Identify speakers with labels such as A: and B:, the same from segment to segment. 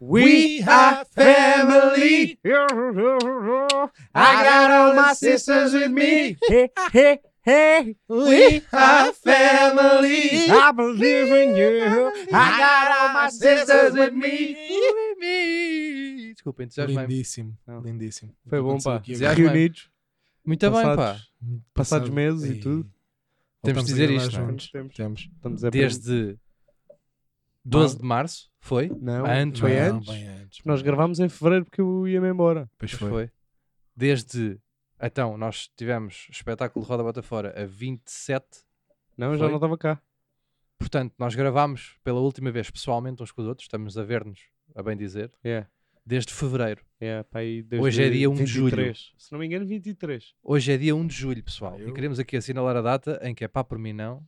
A: We are family. I got all my sisters with me.
B: Hey, hey, hey.
A: We are family.
B: I believe in you.
A: I got all my sisters with me. Desculpa, entusiasmei.
C: Lindíssimo, lindíssimo.
A: Foi bom,
C: Aconteceu
A: pá.
C: aqui
A: Desenhar-
C: agora.
A: Reunidos, Muito bem, pá.
C: Passados- Passados meses e tudo.
A: Temos
C: voltamos
A: de
C: a
A: dizer
C: gravar
A: isto, não é?
C: juntos.
A: Temos.
C: Temos.
A: Estamos a Desde 12 de março, foi?
C: Não,
A: Antes,
C: não,
A: foi
C: não,
A: antes?
C: bem antes.
A: Nós
C: gravámos
A: em fevereiro porque eu ia-me embora.
C: Pois
A: Foi.
C: foi.
A: Desde. Então, nós tivemos espetáculo de Roda Bota Fora a 27.
B: Não,
A: eu já não
B: estava cá.
A: Portanto, nós gravámos pela última vez pessoalmente uns com os outros. Estamos a ver-nos, a bem dizer.
B: É.
A: Desde fevereiro.
B: É, pá, aí
A: Hoje é dia 1 de julho.
B: 23. Se não me engano, 23.
A: Hoje é dia 1 de julho, pessoal.
C: Ah,
A: E
C: eu-
A: queremos aqui assinalar a data em que é pá por mim não.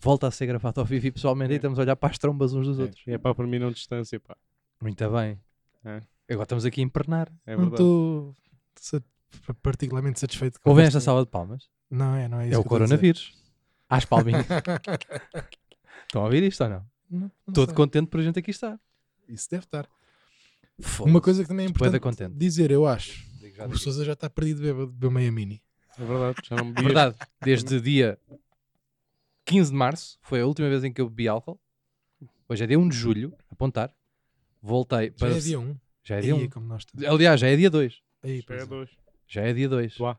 A: Volta a ser gravado ao vivo e pessoalmente e estamos a olhar para as trombas uns dos
B: É.
A: outros.
B: É pá, para mim não distância, pá.
A: Muito bem.
B: É.
A: Agora estamos aqui a empernar.
B: É
C: Não
B: verdade.
C: estou sa- particularmente satisfeito com
A: Ouvem
C: esta-
A: esta salva de palmas?
C: Não é, não é isso.
A: É o
C: que eu estou a dizer.
A: coronavírus. Às palminhas. Estão a ouvir isto ou não?
C: Não, não
A: Todo
C: sei.
A: contente por a gente aqui estar.
C: Isso deve estar. Uma coisa que também é
A: Bué da
C: importante
A: contente.
C: dizer, eu acho.
A: Digo já
C: O
A: digo.
C: Sousa já está perdido de beber, de beber meia mini.
B: É verdade. Já não me
A: Verdade, desde dia 15 de março foi a última vez em que eu bebi álcool. Hoje é dia 1 de julho, apontar. Voltei
C: Já
A: para.
C: é dia 1.
A: Já é
C: Aí
A: dia
C: é
A: 1.
C: como nós estamos.
A: Aliás, já é dia 2.
C: Aí, pois
B: É
C: é.
B: dois.
A: Já é dia 2.
B: Lá.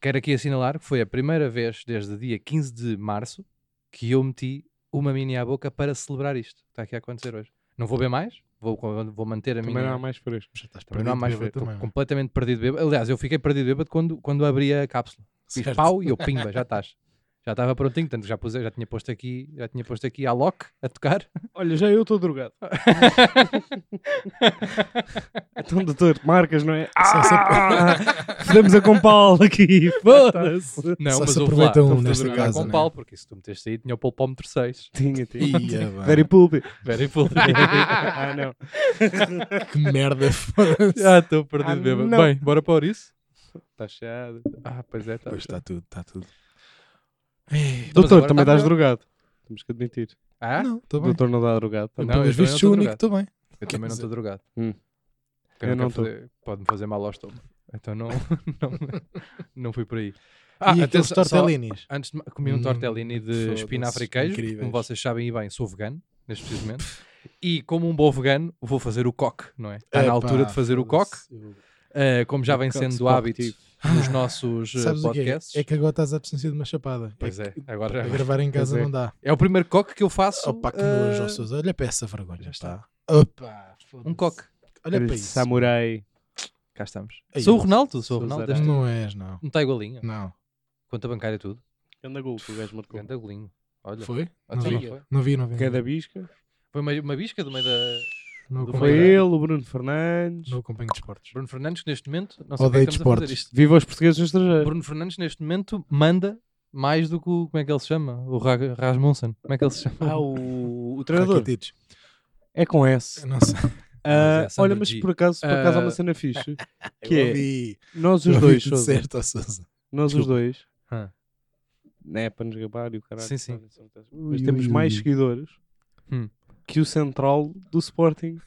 A: Quero aqui assinalar que foi a primeira vez desde dia 15 de março que eu meti uma mini à boca para celebrar isto. Está aqui a acontecer hoje. Não vou beber mais, vou, vou manter a
B: Também
A: minha.
B: não há mais fresco.
C: Já estás
A: Também
C: perdido
A: não há mais
C: de beber
A: Estou
C: também.
A: completamente perdido de bêbado. Aliás, eu fiquei perdido de bêbado quando, quando abri a cápsula. Fiz
C: Certo.
A: pau e eu pimba, já estás. Já estava prontinho, portanto já, pus, já tinha posto aqui, já tinha posto aqui a Loki a tocar.
B: Olha, já eu estou drogado. então, doutor, marcas, não é?
C: Só se-
B: Ah! Fodemos a compal aqui. Foda-se.
A: Não,
C: Só
A: mas
C: se
A: houve lá.
C: aproveita um
A: Estou a
C: nesta
A: trabalhar
C: casa,
A: com
C: né?
A: pau, porque se tu meteste aí tinha o palpómetro 6.
B: Tinha, tinha.
C: Ia, bem.
B: Very pulpy.
A: Very full.
B: ah, não.
C: que merda, foda-se.
A: ah, estou perdido
B: Ah,
A: de bêbado.
B: não.
A: Bem, bora para isso?
B: Está Tá chato.
A: Ah, pois é, tá.
C: Pois está tudo, está tudo.
B: Doutor,
A: agora
B: também
A: tá
B: estás
A: melhor.
B: drogado. Temos que admitir.
A: Ah?
C: Não, estou
B: O
C: bem.
B: doutor não está drogado. tá bem.
A: Não, eu também
C: Pelos vistos, sou
A: estou
C: o único que estou bem.
A: Eu também não
C: dizer-
A: estou drogado.
B: Hum.
A: Eu
B: Eu
A: não
B: não
A: quero
B: tô.
A: fazer- Pode-me fazer mal ao estômago. Então não, não, não fui por aí. Ah,
C: e aqueles
A: atenção, só-
C: tortellinis.
A: Antes de ma- comi um
C: Hum,
A: tortellini de
C: foda-se,
A: espinafre e queijo, porque, como
C: incríveis.
A: vocês sabem e bem, sou vegano, neste preciso momento. E como um bom vegano, vou fazer o coque, não é? Está na
C: Epá,
A: altura de fazer o coque,
C: foda-se, eu-
A: eh, como já vem
B: É um coque
A: sendo do hábito
B: esportivo.
A: nos nossos eh,
C: Sabes o quê?
A: podcasts.
C: É que agora estás à distância de uma chapada.
A: Pois é, agora
C: A gravar em casa
B: Pois é.
C: não dá.
A: é o primeiro coque que eu faço.
C: Opa, que
A: eh,
C: nojo, ó Sousa. Olha para essa vergonha.
A: já está.
C: pá. Opa,
A: um
C: foda-se.
A: coque.
C: Olha para
B: Aquele
C: isso.
B: Samurai.
A: Cá estamos.
C: Aí,
A: sou o
C: ó,
A: Ronaldo, sou o
B: sou
A: Ronaldo.
B: zero.
A: deste-
C: Não és, não.
A: Não está igualinho.
C: Não.
A: Conta bancária e tudo.
B: Anda gol que o gajo marcou.
A: Ganda golinho. Olha. Foi,
C: Foi?
A: Ah,
C: Não
A: sim,
C: vi.
A: foi.
C: Não vi, não vi.
B: Cada bisca.
A: uma, uma bisca do meio da.
C: Não
A: do
B: Foi
A: Foi.
C: acompanho,
B: ele, o Bruno Fernandes.
C: não acompanho desportos.
A: Bruno Fernandes, que neste momento. Não sei o que é
C: Odeio
A: que estamos a fazer
C: desportos.
A: isto.
B: Viva os portugueses no estrangeiro.
A: Bruno Fernandes, neste momento, manda mais do que o. Como é que ele se chama? O Ra- Rasmussen. Como é que ele se chama?
B: Ah, o, o treinador.
C: Raquetites.
B: É com S.
C: Não sei.
B: Ah,
A: é Sandro
B: olha, mas
A: G.
B: por acaso, por acaso há
A: Ah.
B: uma cena fixe. Que
C: Eu
B: é?
C: ouvi.
B: Nós
C: eu
B: os
C: ouvi
B: dois,
C: tudo
B: Sousa.
C: certo, ó Sousa.
B: Nós os
C: Desculpa.
B: dois.
A: Ah.
B: Não é para nos gabar e o caralho.
A: Sim, sim.
B: Mas
C: Ui,
B: temos
C: ui,
B: mais
C: ui.
B: seguidores
A: Hum.
B: que o Central do Sporting.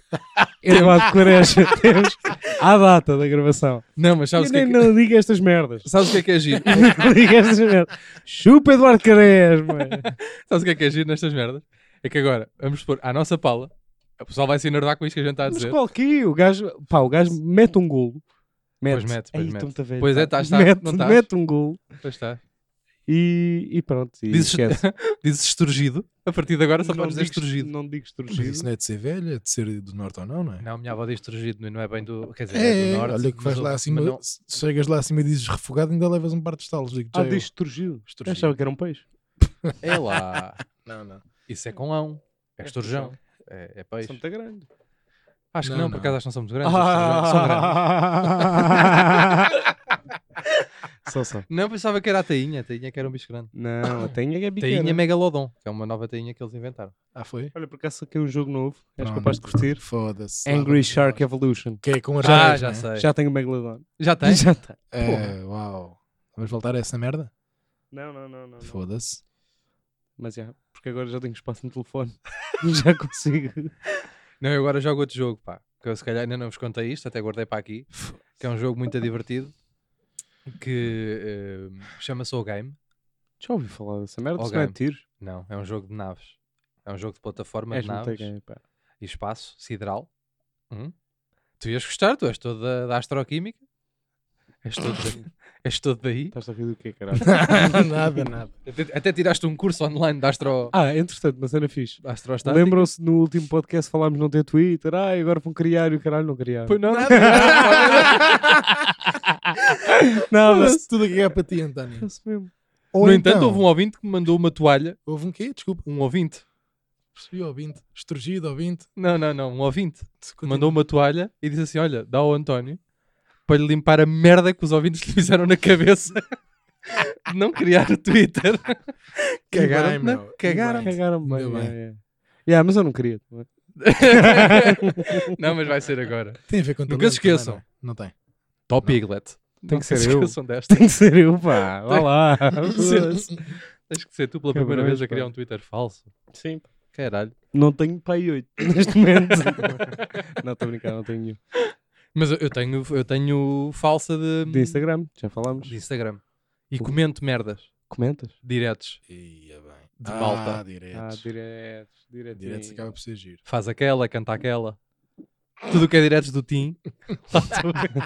B: Eduardo Quaresma. temos à data da gravação.
A: Não, mas
B: E
A: sabes o que, é
B: nem
A: que,
B: não diga estas merdas.
A: sabes o que é que é giro?
B: Não diga estas merdas. Chupa Eduardo Quaresma.
A: sabes o que é que é giro nestas merdas? É que agora, vamos pôr à nossa pala. O pessoal vai se enervar com isto que a gente está a
B: Mas
A: dizer.
B: qual que é? O gajo, pá, o gajo mete um golo. Mete.
A: Pois mete, pois
B: Ei,
A: mete.
B: tão-te a ver,
A: Pois é,
B: pá.
A: estás, estás,
B: mete,
A: não estás?
B: mete um golo
A: Pois está.
B: e, e pronto. E
A: Dizes-
B: esquece.
A: Dizes esturgido. A partir de agora só
B: Não
A: podes dizer
B: digo-
A: esturgido.
B: Não digo Ah,
C: Mas Isso
B: estrugido.
C: não é de ser velho, é de ser do norte ou não, não é?
A: Não, minha avó diz esturgido, não é bem do. Quer dizer, é,
C: É,
A: do norte.
C: olha que
A: mas
C: vais
A: o-
C: lá
A: mas
C: acima,
A: não-
C: se chegas lá acima e dizes refogado, ainda levas um par de estalos. Digo,
B: Ah, diz estrugido.
C: Esturgido.
B: Achava que era um peixe.
A: É lá.
C: Não, não.
A: Isso é com ão. É
B: É
A: esturjão. É, é peixe.
B: São muito grandes.
A: Acho que
C: Não,
A: não, por
C: não.
A: acaso acho que não são muito grandes. os esturjões São grandes.
B: Ah, só, só.
A: Não, pensava que era a tainha. A tainha que era um bicho grande.
B: Não, a tainha é biqueira.
A: Tainha megalodon, que é uma nova tainha que eles inventaram.
C: Ah, foi?
B: Olha, por acaso saquei um jogo novo. És
C: Pronto.
B: capaz de curtir?
C: Foda-se.
B: Angry
C: Lá
B: Shark
C: vai.
B: Evolution.
C: Que é com as
A: ah,
C: areias,
A: já
C: né?
A: sei. Já,
B: Já tenho o Megalodon.
A: tem?
B: Já tem.
C: É, uau. Vamos voltar a essa merda?
B: Não, não, não, não. não.
C: Foda-se.
B: Mas já, porque agora já tenho espaço no telefone. já consigo.
A: Não, eu agora jogo outro jogo, pá. que eu se calhar ainda não vos contei isto, até guardei para aqui, que é um jogo muito divertido, que eh, chama-se O Game.
B: Já ouvi falar dessa merda,
A: Ao
B: isso não é
A: game.
B: tiro.
A: Não, é um jogo de naves. É um jogo de plataforma
B: És
A: de
B: muito
A: naves
B: gay, pá.
A: e espaço sideral. Hum? Tu ias gostar, tu és todo da, da astroquímica. És todo, da- és todo daí.
B: Estás a rir do quê, caralho?
C: nada, nada.
A: Até, até tiraste um curso online de astro...
B: ah, entretanto, uma cena fixe.
A: astrostática.
B: Lembram-se no último podcast falámos não ter Twitter, ai, agora vão criar e o caralho não criaram.
A: Pois não,
B: não, mas
C: Foda-se tudo o que é para ti, António.
B: isso mesmo.
C: Ou
A: no
C: então,
A: entanto, houve um ouvinte que me mandou uma toalha.
C: houve um quê? Desculpa.
A: Um ouvinte.
C: Percebi ouvinte. Estrugido ouvinte.
A: Não, não, não. Um ouvinte. Mandou uma toalha e disse assim: Olha, dá ao António para lhe limpar a merda que os ouvintes lhe fizeram na cabeça. de Não criar o Twitter.
C: Que bem,
A: Cagaram-te,
C: meu.
A: não?
C: Que
A: Cagaram-te.
C: bem.
B: Cagaram bem.
C: Ainda
B: Yeah, yeah. Yeah, mas eu não queria.
A: não, mas vai ser agora.
C: Tem a ver com
A: Nunca
C: talento
A: se esqueçam.
C: também, não é? Não tem.
A: Top
C: Não.
A: Piglet.
B: Tem
A: Não
B: que ser
A: se um
B: eu.
A: esqueçam desta.
B: Tem que ser eu, pá. Vá lá.
A: Tens que ser tu pela
B: Que
A: primeira
B: vergonha,
A: vez a criar
B: pá.
A: um Twitter falso.
B: Sim.
A: Caralho.
B: Não tenho pai 8 neste momento. não, estou a brincar, não tenho nenhum.
A: Mas eu- eu tenho, eu tenho falsa de,
B: De Instagram, já falámos.
A: de Instagram. E comento merdas.
B: Comentas?
A: Diretos.
C: Ia bem.
A: De malta.
C: Ah, direto.
B: Ah, diretos, diretos.
C: Direto acaba por ser giro.
A: Faz aquela, canta aquela. Tudo o que é diretos do Tim.
B: Tá
A: Lá estou eu.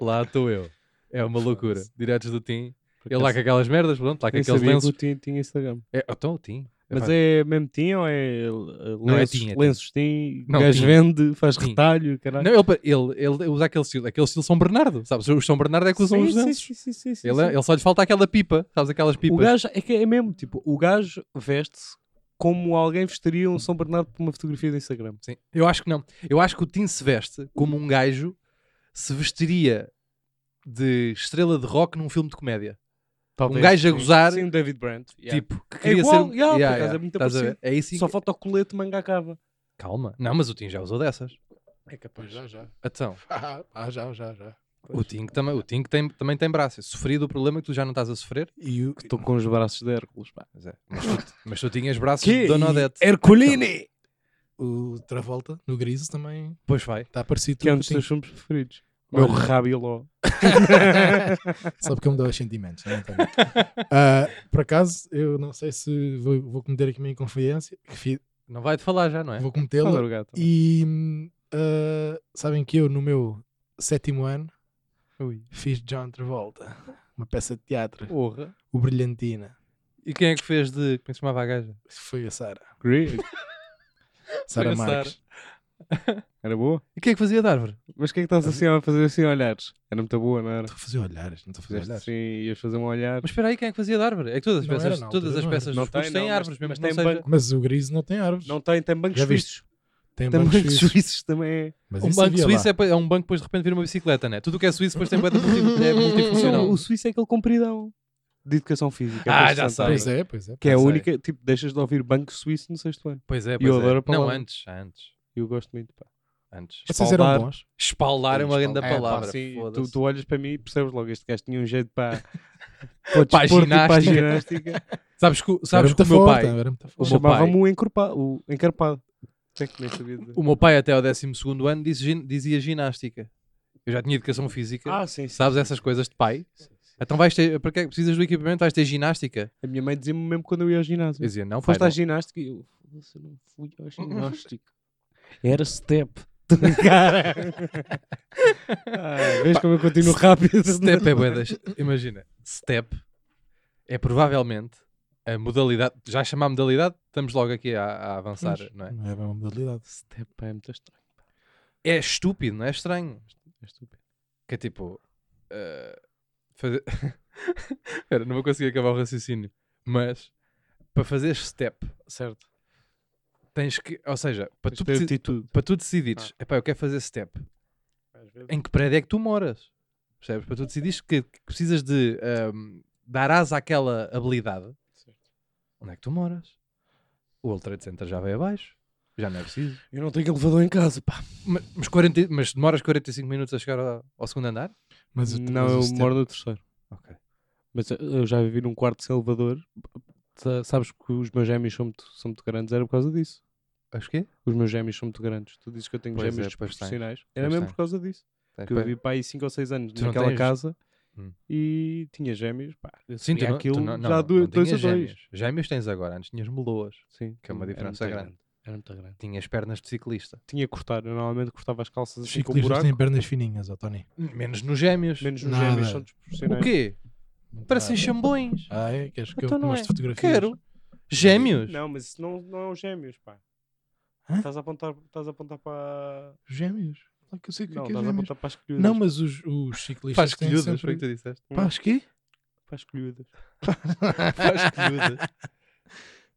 A: Lá estou eu. É uma loucura. Diretos do Tim. Ele lá com aquelas merdas, pronto, lá com
B: Nem
A: aqueles
B: sabia que
A: lenços.
B: o Tim tinha Instagram.
A: É, então o Tim.
B: Mas
A: Epá,
B: é mesmo Tim ou é uh,
A: Não, é
B: lenços,
A: Tim, é Tim.
B: lenços Tim?
A: Não,
B: gajo
A: Tim.
B: vende, faz
A: Tim.
B: retalho, caralho.
A: Não, ele, pa- ele, ele usa aquele estilo, aquele estilo São Bernardo, sabes? Os São Bernardo é que usam
B: Sim,
A: os
B: sim,
A: lenços.
B: sim, sim, sim, sim,
A: Ele, é,
B: sim.
A: ele só lhe falta aquela pipa, sabes? Aquelas
B: O
A: pipas.
B: gajo é que é mesmo, tipo, o gajo veste-se como alguém vestiria um São Bernardo por uma fotografia do Instagram.
A: Sim. Eu acho que não. Eu acho que o Tim se veste como um gajo se vestiria de estrela de rock num filme de comédia. Um gajo a gozar,
B: Sim, o David Brandt. yeah.
A: tipo, que queria
B: igual,
A: ser. um-
B: yeah, por acaso é muito
A: Estás a ver?
B: parecido.
A: É isso. em
B: Só
A: que-
B: falta o colete mangacava.
A: Calma. Não, mas o Tim já usou dessas.
B: É capaz.
C: já, já.
A: Então,
C: Ah, já, já, já.
A: o Tim que também, o Tim que tem, também tem braço. Sofri do problema que tu já não estás a sofrer.
C: E o...
B: Estou com os braços de Hércules, pá.
A: Mas, é. mas, tu, mas tu tinhas braços
B: Que? É.
A: de Dona Odete.
B: Herculini!
C: o Travolta, no Griso, também
A: Pois vai.
C: está parecido.
B: Que é um
C: com o
B: dos
C: Tim.
B: teus filmes preferidos. Meu
C: Olha.
B: rabiló.
C: Só porque eu me dou os sentimentos. não é, António? Ah, por acaso, eu não sei se vou, vou cometer aqui uma inconfidência. que fi-
A: Não vai-te falar já, não é?
C: Vou
B: Fala,
C: cometê-la.
B: gato.
C: E hum, ah, sabem que eu, no meu sétimo ano,
A: Ui.
C: fiz John Travolta, uma peça de teatro,
B: Porra.
C: o Brilhantina.
A: E quem é que fez de. Como é que se chamava a gaja?
C: Foi a Sara.
B: Greg.
C: Sara
A: a Sara.
C: Marques.
B: Era boa?
A: E quem é que fazia de árvore?
B: Mas o que é que estás assim a fazer assim a olhares? Era muito boa, não era?
C: Estou a fazer olhares, não estou a fazer
B: Fizeste
C: olhares.
B: assim, ias fazer um olhar.
A: Mas espera aí, quem é que fazia de árvore? É que todas as
C: Não
A: peças,
C: era, não,
A: todas
C: todas
A: as
C: não era.
A: peças
B: Não
A: dos clubes
B: tem,
A: têm
B: não, mas
A: árvores, mesmo que
B: tem
A: não seja.
B: banco.
C: Mas o Griso não tem árvores.
B: Não tem, tem bancos
C: Já viste?
B: suíços.
C: Tem
B: Tem
C: bancos
B: bancos
C: suíços.
B: suíços também. é.
C: Mas
A: Um
C: isso
A: banco
C: havia
A: suíço
C: lá.
A: é, pa- é um banco depois de repente vira uma bicicleta, né? Tudo o que é suíço depois tem bué de multi- é multifuncional.
B: O suíço é aquele compridão de educação física. depois
A: Ah,
B: de
A: já
B: sentar.
A: sei.
C: Pois é, pois é.
B: Que é a
A: Já sei.
B: única, tipo, deixas de ouvir banco suíço no sexto ano.
A: Pois é,
B: E eu adoro a
A: Não,
B: palavra.
A: antes, antes,
B: E eu gosto muito, pá.
A: antes.
C: Vocês eram
B: Espaldar.
C: bons.
A: Espaldar é uma grande
C: É, pá,
A: palavra.
B: sim, tu,
A: foda-se.
B: tu olhas para mim e percebes logo, este gajo tinha um jeito para, para, o
A: Para a
B: desporto e para a
A: ginástica.
B: ginástica.
A: Sabes que, o- sabes
C: Era
A: que o
C: muito
A: meu
C: forte, né,
A: pai,
C: era muito forte.
A: meu
B: Chamava-me
A: pai-
B: o encorpado, o encarpado. Até que nem sabia dizer.
A: o meu pai até ao 12 ano disse gin- dizia ginástica. Eu já tinha educação física.
B: Ah, sim, sim.
A: sabes essas coisas de pai? Então vais ter, para que é que precisas do equipamento? Vais ter ginástica?
B: A minha mãe dizia-me mesmo quando eu ia ao
A: Eu
B: ginásio.
A: dizia, não, pai,
B: Foste à
A: não.
B: ginástica e eu, "Foda-se, eu não fui ao ginástica. Era step. Tô a brincar. Ai, vês como eu continuo rápido.
A: Step é bué das- Imagina, step é provavelmente a modalidade. Já chamar modalidade, estamos logo aqui a, a avançar,
C: Pois.
A: não é?
C: Não é a mesma modalidade.
B: Step pá, é muito estranho.
A: É estúpido, não é estranho?
B: É estúpido.
A: Que é tipo. eh, fazer... Espera, não vou conseguir acabar o raciocínio. Mas para fazer step,
B: Certo.
A: tens que. Ou seja, para tu,
B: Tu tens
A: deci-
B: atitude.
A: para tu decidires, epá, eu quero fazer step, em que prédio é que tu moras? Percebes? Para tu decidires que, que precisas de ahm, dar asa àquela habilidade, onde é que tu moras? O World Trade Center já veio abaixo, já não é preciso.
B: Eu não tenho elevador em casa, pá.
A: Ma- Mas, 40 mas demoras 45 minutos a chegar ao, ao segundo andar?
C: Mas o-
B: não,
A: é
C: mas o
B: eu
C: step-
B: moro no terceiro.
A: Ok.
B: Mas eu- eu já vivi num quarto sem elevador. Sa- Sabes que os meus gêmeos são muito, são muito grandes, era por causa disso.
A: Acho que é.
B: Os meus gêmeos são muito grandes. Tu dizes que eu tenho
A: Pois
B: gêmeos
A: é, pois
B: desproporcionais. Era
A: Pois
B: mesmo
A: tens.
B: por causa disso.
A: É
B: Que eu vivi para aí 5 ou 6 anos
A: Tu não
B: naquela
A: tens-
B: casa
A: Hum.
B: e tinha gêmeos. Pá, eu
A: Sim, tu
B: sabia
A: não,
B: é aquilo
A: tu não, não,
B: já
A: não
B: dois, dois a
A: tinhas
B: dois.
A: gêmeos. Gêmeos tens agora, antes tinhas meloas.
B: Sim,
A: Que é uma
B: era
A: diferença
B: muito
A: grande.
B: Era muito grande.
A: Tinhas pernas de ciclista.
B: Tinha que cortar. Eu normalmente cortava as calças
C: Os
B: assim com um
C: ciclistas
B: buraco.
C: têm pernas fininhas, ó Tony.
A: Menos nos gêmeos.
B: Menos os
C: Nada.
B: gêmeos são
A: O
B: desproporcionais.
A: quê?
C: Muito
A: Parecem
C: nada.
A: chambões.
C: é? Ah, é? Queres que
A: Então
C: eu
A: não
C: mostre
A: é.
C: fotografias?
A: Quero. Gêmeos.
B: Não, mas isso não, não é os gêmeos, pá.
C: Hã?
B: Estás a apontar, estás a apontar para.
C: Gêmeos? Claro que eu sei o que é
B: não,
C: que é
B: estás a
C: gêmeos.
B: apontar para as colhudas.
C: Não, mas os, os ciclistas
A: Faz
C: têm
A: colhudas, foi o que
C: sempre...
A: tu disseste.
C: Pá, as quê?
B: Para as colhudas.
A: Faz colhudas.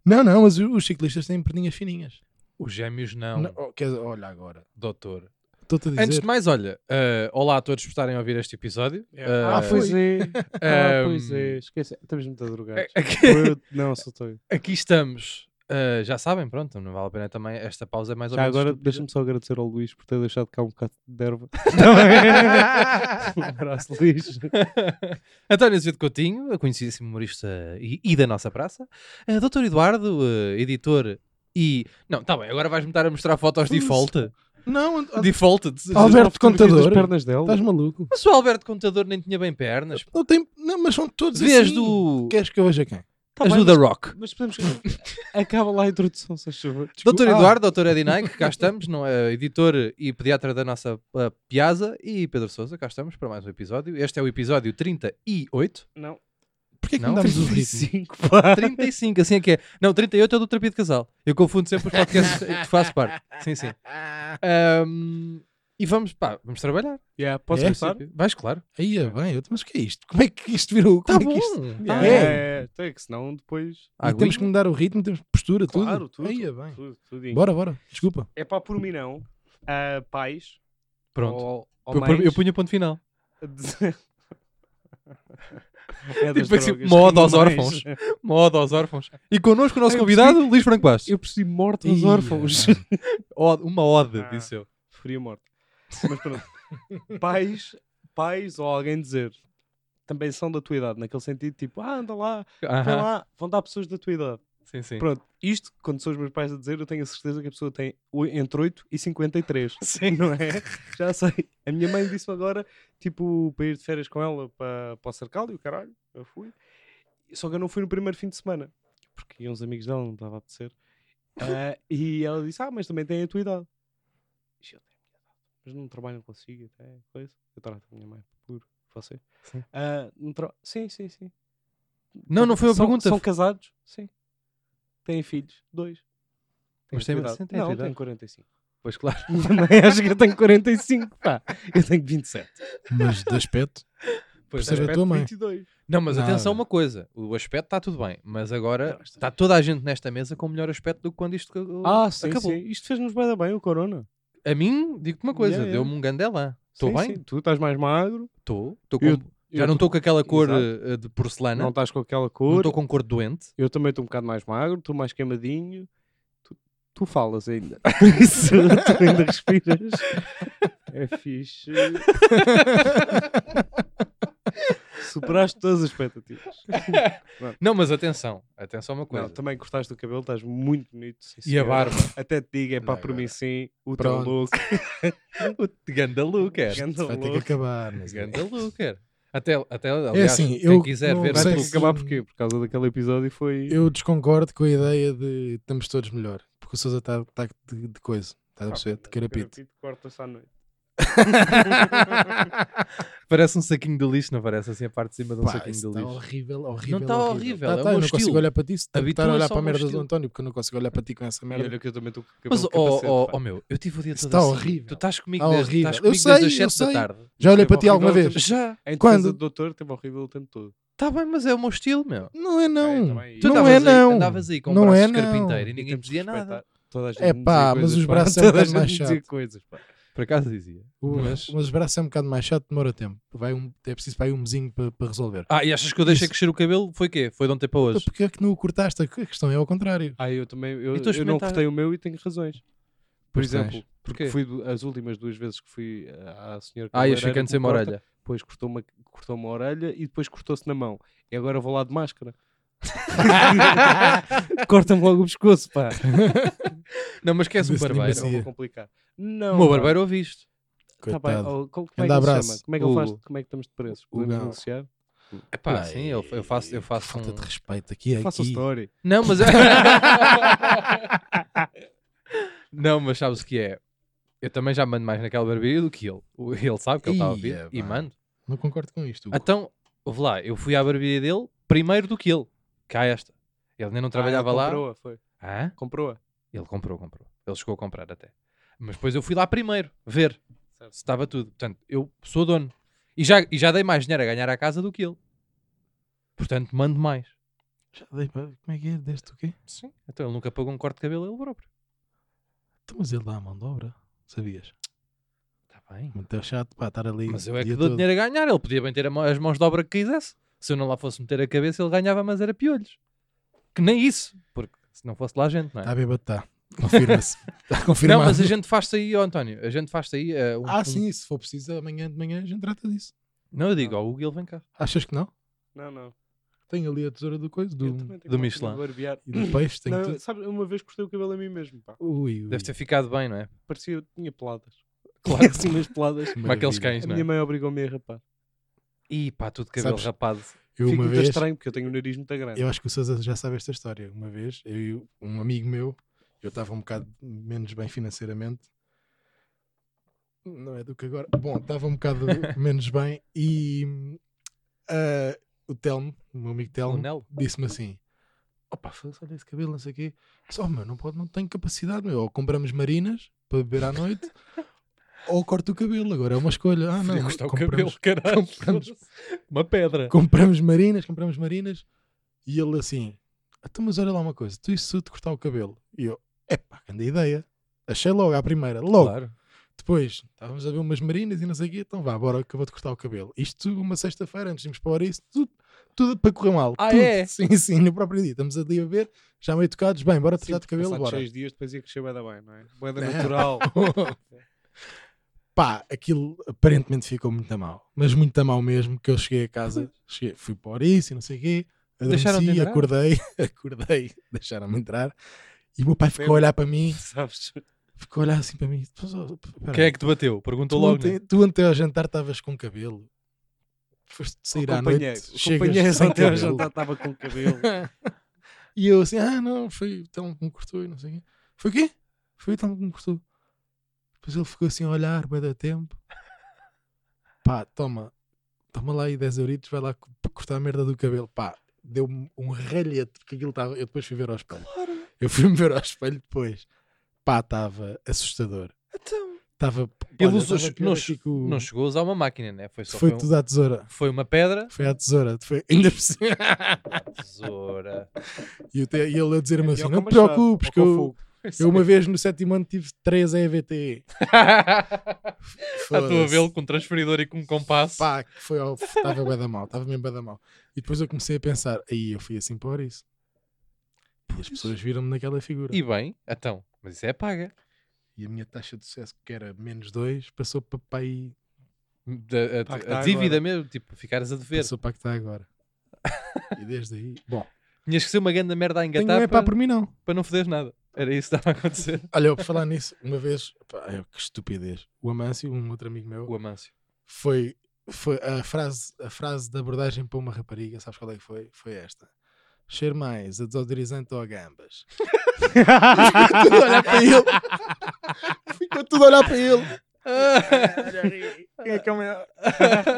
C: Não, não, mas os ciclistas têm perninhas fininhas.
A: Os gêmeos não,
C: Não, oh, quer dizer, olha agora.
A: doutor.
C: Estou-te a dizer.
A: Antes de mais, olha, eh, olá a todos por estarem a ouvir este episódio. Eh,
B: ah, pois é. ah, pois é.
A: Ahm. É,
B: Esquece. Estamos muito drogados.
A: aqui,
B: Eu- não, só estou.
A: aqui estamos. Eh, já sabem, pronto, não vale a pena também. Esta pausa é mais ou
B: Já
A: menos.
B: agora,
A: estúpida.
B: deixa-me só agradecer ao Luís por ter deixado cá um bocado de erva. um abraço, Luís.
A: António Azevedo Coutinho, conhecidíssimo humorista e, e da nossa praça. Eh, Doutor Eduardo, eh, editor e. Não, tá bem, agora vais-me estar a mostrar fotos
C: Foda-se.
A: default.
C: Não, Ant- Ant-
A: Default.
C: Alberto
B: As
A: é
C: Contador.
B: pernas dela.
C: Estás maluco?
A: Mas o Alberto Contador nem tinha bem pernas.
C: Não, tem... não, mas são todos
A: Vês
C: assim.
A: do.
C: Queres que eu veja quem?
B: Tá
A: as
B: bem,
A: do The Rock.
B: mas, mas podemos. Acaba lá a introdução, se faz favor.
A: Doutor
C: Ah.
A: Eduardo, doutor Eddie Nike, cá estamos, não é? editor e pediatra da nossa ah, Piazza e Pedro Sousa, cá estamos para mais um episódio. Este é o episódio 38.
B: Não.
C: Porquê que
A: Não,
C: não damos o ritmo?
B: 35, pá.
A: 35, assim é que é. Não, 38 é do Terapia de Casal. Eu confundo sempre os podcasts que faço parte. Sim, sim. Ahm, e vamos, pá, vamos trabalhar.
B: Yeah, posso
C: É?
B: começar?
A: Vais, claro.
C: Aí é bem, eu- mas o que é isto? Como é que isto virou? Como é que isto?
A: Tá
C: É.
A: bom.
B: é, tem que senão depois.
C: E temos que mudar o ritmo, temos postura, tudo.
B: Claro, tudo.
C: Aí é bem.
B: Tudo, tudinho.
C: Bora, bora. Desculpa.
B: É pá, por mim não. Ah, pais.
A: Pronto.
B: Ou, ou
A: Eu,
B: mães,
A: eu punho ponto final.
B: é das
A: Tipo assim,
B: drogas,
A: moda
B: que
A: aos
B: não mais.
A: órfãos. Moda aos órfãos. E connosco o nosso
B: Eu
A: convidado, Luís Franco Bastos.
B: Eu preciso morte
C: Ih,
B: aos órfãos.
C: é bem.
A: Ode- Uma ode,
B: Ah.
A: disse eu.
B: Preferia morte. Mas pronto. pais, pais ou alguém dizer também são da tua idade, naquele sentido, tipo, ah, anda lá, vai
A: Aham.
B: lá, vão dar pessoas da tua idade.
A: Sim, sim.
B: Pronto, isto, quando são os meus pais a dizer, eu tenho a certeza que a pessoa tem oi- entre 8 e 53. Sim. Não é? Já sei. A minha mãe disse agora, tipo, para ir de férias com ela para, para o Cercal e o caralho, eu fui. Só que eu não fui no primeiro fim de semana, porque iam uns amigos dela, não estava a apetecer. Ah, e ela disse, ah, mas também tem a tua idade. E eu, "Tenho a minha idade, Mas não trabalham consigo, até coisa. Eu trato a minha mãe por você.
A: Sim.
B: Ah, não tra- sim, sim, sim.
A: Não, não foi uma
B: São-
A: pergunta.
B: São casados? Sim. Têm filhos? Dois.
A: Mas tem-
B: a tua idade?
A: sim, tem a tua
B: Não,
A: idade.
B: tenho 45.
A: Pois claro.
B: Também acho que eu tenho 45, pá. Eu tenho 27.
C: Mas de aspecto.
A: Pois
C: Percebe
A: é.
C: a tua mãe.
B: 22.
A: Não, mas
C: Nada.
A: atenção a uma coisa. O aspecto está tudo bem. Mas agora
B: Não, está
A: está toda a gente nesta mesa com melhor aspecto do que quando isto uh,
B: Ah, sim,
A: acabou.
B: sim. Isto fez-nos bem, bem o corona.
A: A mim, digo-te uma coisa.
B: Yeah, yeah.
A: Deu-me um gandelã. Estou
B: Sim,
A: bem?
B: sim. Tu estás mais magro.
A: Estou. Estou
B: Eu-
A: com... Já
B: eu
A: não
B: tô-
A: estou com aquela cor
B: Exato.
A: uh, de porcelana.
B: Não estás com aquela
A: Não
B: cor.
A: estou com cor de doente.
B: Eu também estou um bocado mais magro. Estou mais queimadinho. Tu, tu falas ainda. Por isso, tu ainda respiras. É fixe. Superaste todas as expectativas.
A: Não, mas atenção. Atenção a uma
B: Não,
A: coisa.
B: também cortaste o cabelo, estás muito bonito. sim,
A: E a
B: senhora.
A: barba?
B: Até te digo, é pá,
C: Não,
B: por mim sim, o
C: Pronto.
B: teu look.
C: tá.
A: Ganda Luker.
B: Ganda
C: Vai ter que
B: look.
C: acabar. mas é.
A: Ganda Luker. Até, até aliás,
C: assim,
A: quem
C: eu
A: quiser
C: não
A: ver...
B: Vai
C: sei
B: ter que
C: se-
B: acabar porquê? Por causa daquele episódio foi...
C: Eu desconcordo com a ideia de estamos todos melhor. Porque o Sousa está de, de coisa. Estás a perceber? De carapito.
B: Corta-se à noite.
A: Parece um saquinho de lixo, não parece? Assim a parte de cima de um
C: é- Pá,
A: saquinho de
C: isso está
A: lixo.
C: horrível,
A: Não
C: horrível.
A: está horrível, é
C: Tá,
A: o
C: tá,
A: meu
C: eu não consigo
A: estilo.
C: olhar para ti. Se tenho que estar a
A: Habitua-se
C: olhar
A: ao
C: para a
A: meu
C: merda do
A: estilo.
C: António, porque eu não consigo olhar para ti com essa
B: E
C: merda. oh,
B: olha que eu também estou com o cabelo
A: Mas, oh, ó,
B: capacete,
A: ó,
B: pá.
A: ó, meu, eu tive o dia todo
C: Está
A: a dizer-
C: tá horrível.
A: Tu estás comigo,
C: Está
A: desde, estás
C: horrível. Eu
A: comigo desde
C: sei, eu
A: as 7 da
C: sei.
A: tarde.
C: Já olhei
B: Teve
C: para ti alguma
B: horrível,
C: vez?
B: teve-
A: Já.
B: Em defesa
C: Quando?
B: do doutor, teve horrível o tempo todo.
A: Está bem, mas é o meu estilo, meu.
C: Não é não.
B: tá bem.
A: Tu
C: não
A: andavas
C: é
A: aí,
C: não.
A: Andavas aí com um
C: Não
A: braço
C: é
A: de
C: não.
A: carpinteiro
B: E
A: e ninguém
B: temos
A: te
B: que
A: dizia
B: respeitar.
A: nada.
B: Toda a gente
C: É
B: me dizia
C: pá, mas
B: coisas,
C: os
B: pá.
C: braços é um
B: Toda a
C: bocado
B: gente
C: mais
B: me dizia
C: chato.
B: coisas, pá.
A: Por acaso dizia.
C: O-
A: Mas-
C: mas... os braços é um bocado mais chato, demora tempo. Vai um, é preciso para aí um mesinho para, para resolver.
A: Ah, e achas que eu deixei crescer o cabelo? Foi quê? Foi de ontem para hoje.
C: Porque é que não o cortaste? A questão é ao contrário.
B: Ah, eu também, eu,
A: E tu
B: eu não
A: experimentar-
B: cortei o meu e tenho razões. Por
C: Pois
B: exemplo,
C: tens.
A: Porquê?
B: fui du- as últimas duas vezes que fui eh, à senhora
A: Ah, ias
B: cabeleireira
A: ficando
B: que
A: sem
B: me
A: uma
B: corta,
A: orelha.
B: Depois cortou uma, cortou uma orelha e depois cortou-se na mão. E agora vou lá de máscara. Corta-me logo o pescoço, pá.
A: Não, mas queres um
C: Desse
A: barbeiro.
B: Não
C: Sim.
B: vou complicar. Não.
A: O meu
B: pá.
A: barbeiro ouve isto.
B: Tá
C: Coitado.
B: bem, oh, como, como é que ele
C: Grande
B: se
C: abraço.
B: chama? Como é que ele faz?
A: Hugo.
B: Como é que estamos de preços?
C: Hugo.
B: Podemos anunciar?
A: Epá,
C: Ai,
A: sim, eu, eu faço, eu faço
C: falta
A: um-
C: de respeito aqui. é
B: Faça o
C: aqui.
B: story.
A: Não, mas. é não, mas sabes o que é? Eu também já mando mais naquela barbearia do que ele. O- Ele sabe que ele está a ouvir
C: Ia,
A: e
C: pá.
A: mando.
C: Não concordo com isto. Hugo.
A: Então, ouve lá, eu fui à barbearia dele primeiro do que ele. Cá esta. Ele ainda não trabalhava
B: Ah,
A: lá.
B: Comprou-a, foi.
A: Hã?
B: Comprou-a.
A: Ele comprou, comprou. Ele chegou a comprar até. Mas depois eu fui lá primeiro, ver
B: Certo.
A: se estava tudo. Portanto, eu sou dono. E já, e já dei mais dinheiro a ganhar à casa do que ele. Portanto, mando mais.
C: Já dei para- Como é que é? Deste o quê?
A: Sim. Então ele nunca pagou um corte de cabelo a ele próprio.
C: Então, mas ele dá a mão de obra. Sabias?
A: Está Tá bem.
C: Muito é chato, pá, estar ali.
A: Mas
C: o
A: eu é que
C: dia
A: dou
C: todo.
A: dinheiro a ganhar. Ele podia bem ter a mão- as mãos de obra que quisesse. Se eu não lá fosse meter a cabeça, ele ganhava, mas era piolhos. Que nem isso. Porque se não fosse lá a gente, não é?
C: Está bêbado, está. Confirma-se. Está Tá confirmado.
A: não, mas a gente faz-te aí, ó António. A gente faz-te aí. eh, um- um-
C: Ah, sim, se for preciso, amanhã de manhã a gente trata disso.
A: Não, eu digo, ó, o Hugo, ele vem cá.
C: Achas que não?
B: Não, não.
C: Tenho ali a tesoura do coisa,
B: Eu
C: do, um
B: também tenho
A: do
B: uma-
A: Michelin.
B: uma barbear.
C: e do peixe, tenho
B: Não,
C: tudo.
B: sabes, uma vez cortei o cabelo a mim mesmo, pá.
C: Ui, ui.
A: Deve ter ficado bem, não é?
B: Parecia que tinha peladas.
A: Claro.
B: assim umas peladas.
A: Como aqueles
C: Maravilha.
A: cães,
B: A
A: não
B: minha
A: é?
B: mãe obrigou-me a rapar.
A: Ih, pá, tudo cabelo
C: Sabes-
A: rapado.
C: Eu
B: Fico
C: uma
B: muito
C: vez,
B: estranho porque eu tenho um nariz muito grande.
C: eu Tá acho que o Sousa já sabe esta história. Uma vez, eu e o- um amigo meu, eu estava um bocado menos bem financeiramente. Não é do que agora. Bom, estava um bocado menos bem e ah, o Telmo, o meu amigo
A: O
C: Telmo,
A: Nel.
C: disse-me assim: opa, foda-se, olha esse cabelo, não sei o quê. Só, meu, não, pode, não tenho capacidade, meu. Ou compramos marinas para beber à noite, ou corto o cabelo. Agora é uma escolha. Ah, não,
A: Podia custar Então o cabelo,
C: compramos,
A: caralho.
C: compramos-
A: Uma pedra.
C: compramos marinas, compramos marinas. E ele assim, então, mas olha lá uma coisa, tu isso se eu te cortar o cabelo? E eu, epá, grande ideia. Achei logo à primeira, logo.
A: Claro.
C: Depois, estávamos a ver umas marinas e não sei o quê, então vá, bora que eu vou-te cortar o cabelo. Isto uma sexta-feira, antes de irmos para o isso tudo, tudo para correr mal.
A: Ah,
C: tudo.
A: é?
C: Sim, sim, no próprio dia. Estamos ali a ver, já meio tocados, bem, bora tratar de cabelo,
B: Passado
C: bora.
B: seis dias depois ia crescer bué da bem, não é? Bué da
C: Não.
B: natural.
C: Pá, aquilo aparentemente ficou muito a mal, mas muito a mal mesmo. Que eu cheguei a casa, cheguei, fui para o Ouriço e não sei o quê,
A: Deixaram-te
C: adormeci,
A: entrar?
C: acordei, acordei, deixaram-me entrar. E o meu pai ficou a olhar para mim,
B: Sabes?
C: ficou a olhar assim para mim: "Pô, só- pera,
A: Quem é que te bateu? Perguntou
C: tu,
A: logo.
C: ontem,
A: né?
C: tu ontem ao jantar estavas com cabelo, foste sair à
B: Companheiro.
C: noite,
B: O companheiro
C: chegas sem
B: ontem ao
C: cabelo.
B: jantar estava com cabelo.
C: E eu assim, ah, não, foi o Telmo que me cortou e não sei o quê. Foi o quê? Foi o Telmo que me cortou. Depois ele ficou assim a olhar, vai dar tempo. Pá, toma, toma lá aí 10 euritos, vai lá co- cortar a merda do cabelo. Pá, deu-me um ralhete, porque aquilo estava. Eu depois fui ver ao espelho. Eu fui-me ver ao espelho depois. Pá, estava assustador.
A: Então.
C: Estava.
A: Ele
C: olha,
A: usou,
C: estava pior
A: não,
C: aqui que o-
A: não chegou a usar uma máquina, né? Foi só
C: Foi
A: foi um-
C: tudo à tesoura.
A: foi uma pedra.
C: Foi à tesoura. Foi ainda por cima.
A: Tesoura.
C: E eu te- e ele a dizer-me
B: É
C: assim:
B: pior
C: não
B: que
C: te
B: o Machado,
C: preocupes,
B: ou
C: que
B: com
C: eu.
B: fogo.
C: Eu uma vez no sétimo ano tive 3 EVTE.
A: Já estou a vê-lo com um transferidor e com um compasso.
C: Pá, que foi ao... Estava bem da mal, estava mesmo bem da mal. E depois eu comecei a pensar, aí eu fui assim para isso. E as pessoas viram-me naquela figura.
A: E
C: E...
A: bem, então. Mas isso é paga.
C: a minha taxa de sucesso, que era menos 2, passou para pai.
A: Da- a-
B: Pá, que
A: a,
B: tá
A: dívida
B: agora.
A: mesmo, tipo, ficares a dever.
C: Passou para que está agora. E desde aí. Bom,
A: Tinhas que ser uma grande merda a
C: tenho um
A: engatar
C: epá
A: para,
C: por mim, não.
A: para não foderes nada. Era isso que estava a acontecer.
C: Olha, eu, por falar nisso, uma vez. pá, eu, que estupidez. O Amâncio, um outro amigo meu,
A: O Amâncio.
C: foi, foi a, frase, a frase de abordagem para uma rapariga, sabes qual é que foi? Foi esta. Cheiro mais a desodorizante ou a gambas? Ficou tudo a olhar para ele. Ficou tudo a olhar para ele.
B: Quem é que é o melhor?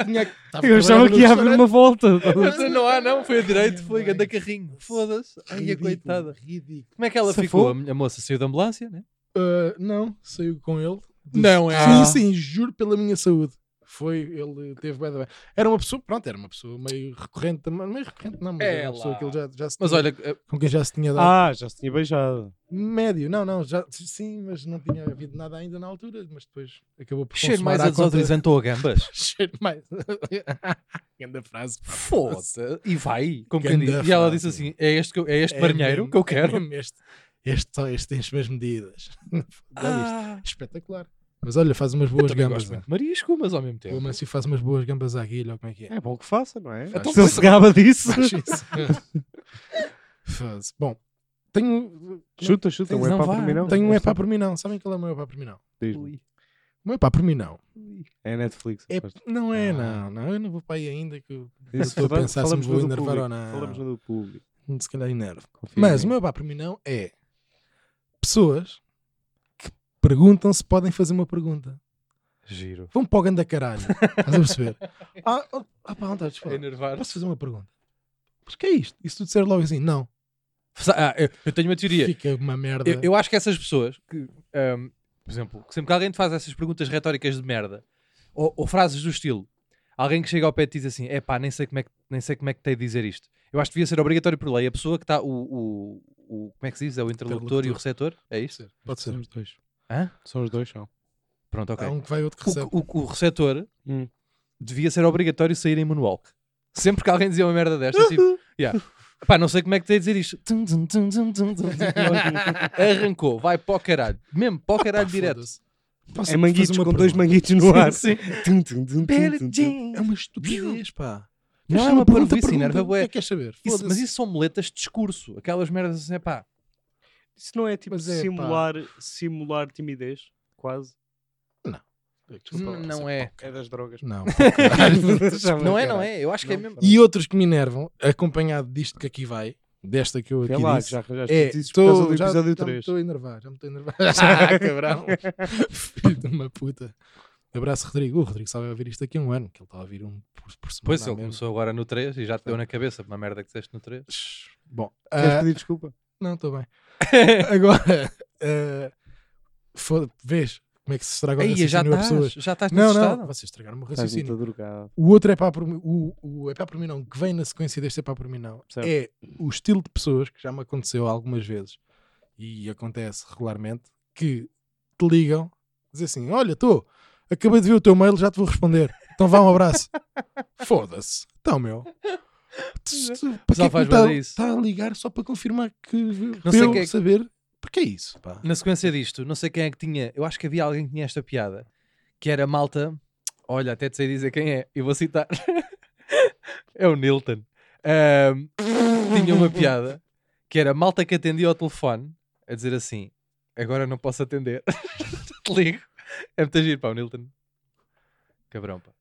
C: Tinha que- estava
B: Eu achava
C: trabalhando
B: que ia
C: num
B: abrir uma volta.
A: Mas não há, não. Foi a direito, foi
C: Ai,
A: ganda carrinho. Foda-se. Ai, a
C: Ridículo,
A: coitada.
C: Ridículo.
A: Como é que ela
B: Safou?
A: ficou? A minha- A moça saiu da ambulância, né?
C: Ah, não, saiu com ele.
A: Não é?
C: Sim, sim, juro pela minha saúde. Foi, ele teve bem, bem. Era uma pessoa, pronto, era uma pessoa meio recorrente, também- meio recorrente não, mas
A: É
C: era uma pessoa
A: lá.
C: que ele já, já se
A: Mas
C: tinha-
A: olha, eh,
C: com quem já se tinha dado.
B: Ah, já se tinha beijado.
C: Médio, não, não, já, sim, mas não tinha havido nada ainda na altura, mas depois acabou por
A: cheiro
C: consumar
A: mais
C: à
A: a
C: conta-
A: desodorizante ou a gambas?
C: Cheiro mais. Grande frase. pá.
A: Foda-se. E vai. Como quem
C: Ganda
A: diz. E ela
C: frase,
A: disse assim: é este, que eu- é este
C: É
A: marinheiro
C: mesmo-
A: que eu
C: é
A: quero.
C: mesmo este, este, só este tem as mesmas medidas. Dá isto.
A: Ah,
C: Espetacular. Mas olha, faz umas boas
A: também
C: gambas.
A: gosto
C: né?
A: muito de marisco, mas ao mesmo
C: O
A: tempo.
C: Mancio faz umas boas gambas à guilha, ou como é que é?
B: É bom que faça, não é?
C: Então,
B: se ele
C: mas-
B: se gaba disso.
C: Faz isso. Foda-se. Bom, tenho,
B: Chuta, chuta,
A: Tens-
B: um é
A: não
B: para
A: vá,
B: por mim não.
A: não.
C: tenho um
B: Não
C: epá
B: sei.
C: por mim não. Sabem qual é o meu epá por mim não?
B: Diz-me.
C: O meu epá por mim não.
B: É Netflix.
C: É-
B: aposto.
C: não é,
B: Ah.
C: não. Não, eu não vou para aí ainda que eu
B: Isso,
C: estou a
B: portanto,
C: pensar se me
B: falamos
C: vou
B: no do
C: enervar
B: público.
C: ou não.
B: Falamos no do público.
C: um se calhar enervo.
B: Confia
C: Mas
B: em
C: o
B: mim.
C: meu epá por mim não é pessoas que perguntam se podem fazer uma pergunta.
A: Giro.
C: Vão para o ganda caralho. Estás a perceber? ah, oh, ah, pá, não estás a falar.
A: Enervar.
C: Posso fazer uma pergunta? Mas que é isto? E se tu disser logo assim, não,
A: Ah, eu, eu tenho uma teoria.
C: fica uma merda.
A: Eu, eu acho que essas pessoas que, ahm, por exemplo, que sempre que alguém te faz essas perguntas retóricas de merda, ou, ou frases do estilo, alguém que chega ao pé e te diz assim: é pá, nem sei como é que nem sei como é que tem de dizer isto. Eu acho que devia ser obrigatório por lei. A pessoa que está o, o, o- como é que se diz? É o interlocutor, e o
C: Interlocutor.
A: receptor? É
C: Pode
A: isso?
C: ser. Pode
B: São
C: ser.
B: os dois.
A: Hã?
B: São os dois, são.
A: Pronto, ok.
C: Há um que vai, outro que recebe.
A: O, o, o receptor
B: Hum.
A: devia ser obrigatório sair em moonwalk. Sempre que alguém dizia uma merda desta, tipo, yeah. pá, não sei como é que tem a dizer isto. Tum, tum, tum, tum, tum, tum, tum. Arrancou, vai para o caralho, mesmo para o caralho
C: Pá,
A: é direto.
C: foda-se. Posso
B: É manguitos
C: fazer uma
B: com dois
C: pergunta?
B: manguitos no
C: Sim,
B: ar.
C: sim.
B: Tum, tum, tum, tum, tum, tum.
C: É uma estupidez, pá.
A: Não,
C: Queres
A: é
C: uma
A: uma
C: pergunta,
A: parvoíce,
C: pergunta.
A: enerva
C: O que é
A: bué.
C: que queres saber?
A: Isso- mas
C: Foda-se.
A: isso são moletas de discurso, aquelas merdas assim, pá,
B: Isso não é tipo
C: Mas é, pá.
B: simular, simular timidez? Quase.
C: Desculpa,
A: não
C: lá,
A: é.
B: É das drogas.
C: Não. Caralho.
A: não é, não é? Eu acho que é
B: Não,
A: mesmo.
C: E outros que me enervam, acompanhado disto que aqui vai, desta que eu aqui
B: Vê lá, que
C: disse,
B: já arranjaste
C: é,
B: isso por causa
C: tô,
B: do
C: já, já
B: episódio
C: me
B: 3.
C: estou a enervar, já me estou a enervar. Ah, cabrão. Filho de uma puta. Abraço, Rodrigo. O Rodrigo só vai ouvir isto aqui há um ano, que ele está a ouvir um por, por semana.
A: Pois, ele
C: mesmo.
A: começou agora no 3 e já te deu na cabeça uma merda que disseste no 3.
C: Shhh. Bom,
B: Queres
C: ah,
B: pedir desculpa?
C: Não, estou bem. Agora, eh, foda- vês como é que se estraga o
A: Aí já
C: raciocínio a
A: estás,
C: pessoas.
A: já estás
C: Não,
A: assustado.
C: não, vocês estragaram o meu
B: Estás
C: raciocínio.
B: muito drogado.
C: O outro é pá por mim, o, o é pá por mim não, que vem na sequência deste é pá por mim não,
B: Certo.
C: é o estilo de pessoas que já me aconteceu algumas vezes e acontece regularmente que te ligam, dizem assim: Olha, estou, acabei de ver o teu mail, já te vou responder. Então vá um abraço. Foda-se, então meu. Tu- tu- Para que é que
A: faz
C: me tá-
A: bué disso.
C: tá a ligar só para confirmar que
A: Não
C: não
A: sei
C: eu
A: quem é que-
C: saber porque é isso, pá.
A: Na sequência disto, não sei quem é que tinha. Eu acho que havia alguém que tinha esta piada. Que era malta. Olha, até te sei dizer quem é. Eu vou citar. é o Nilton. Ahm, tinha uma piada. Que era malta que atendia ao telefone. A dizer assim. Agora não posso atender. te ligo. É muito giro, pá, o Nilton. Cabrão, pá.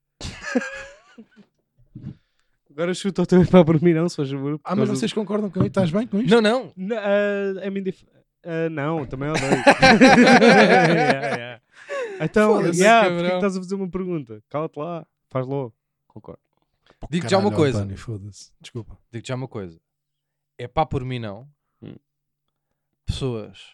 B: Agora chuta o teu epá por mim, não, se faz favor. por
C: Ah, mas
B: causa
C: vocês concordam com isso? Estás bem com isto?
A: Não, não.
B: do- Não, ah, é-me indif- ah, não, também odeio. Yeah, yeah. Então,
C: Foda-se,
B: yeah,
A: cabrão.
B: porque é que estás a fazer uma pergunta? Cala-te lá, faz logo. Concordo.
A: Digo-te já uma
C: Caralho, é um
A: coisa.
C: António, foda-se. Desculpa.
A: Digo-te já uma coisa. É pá por mim, não.
B: Hum.
A: Pessoas.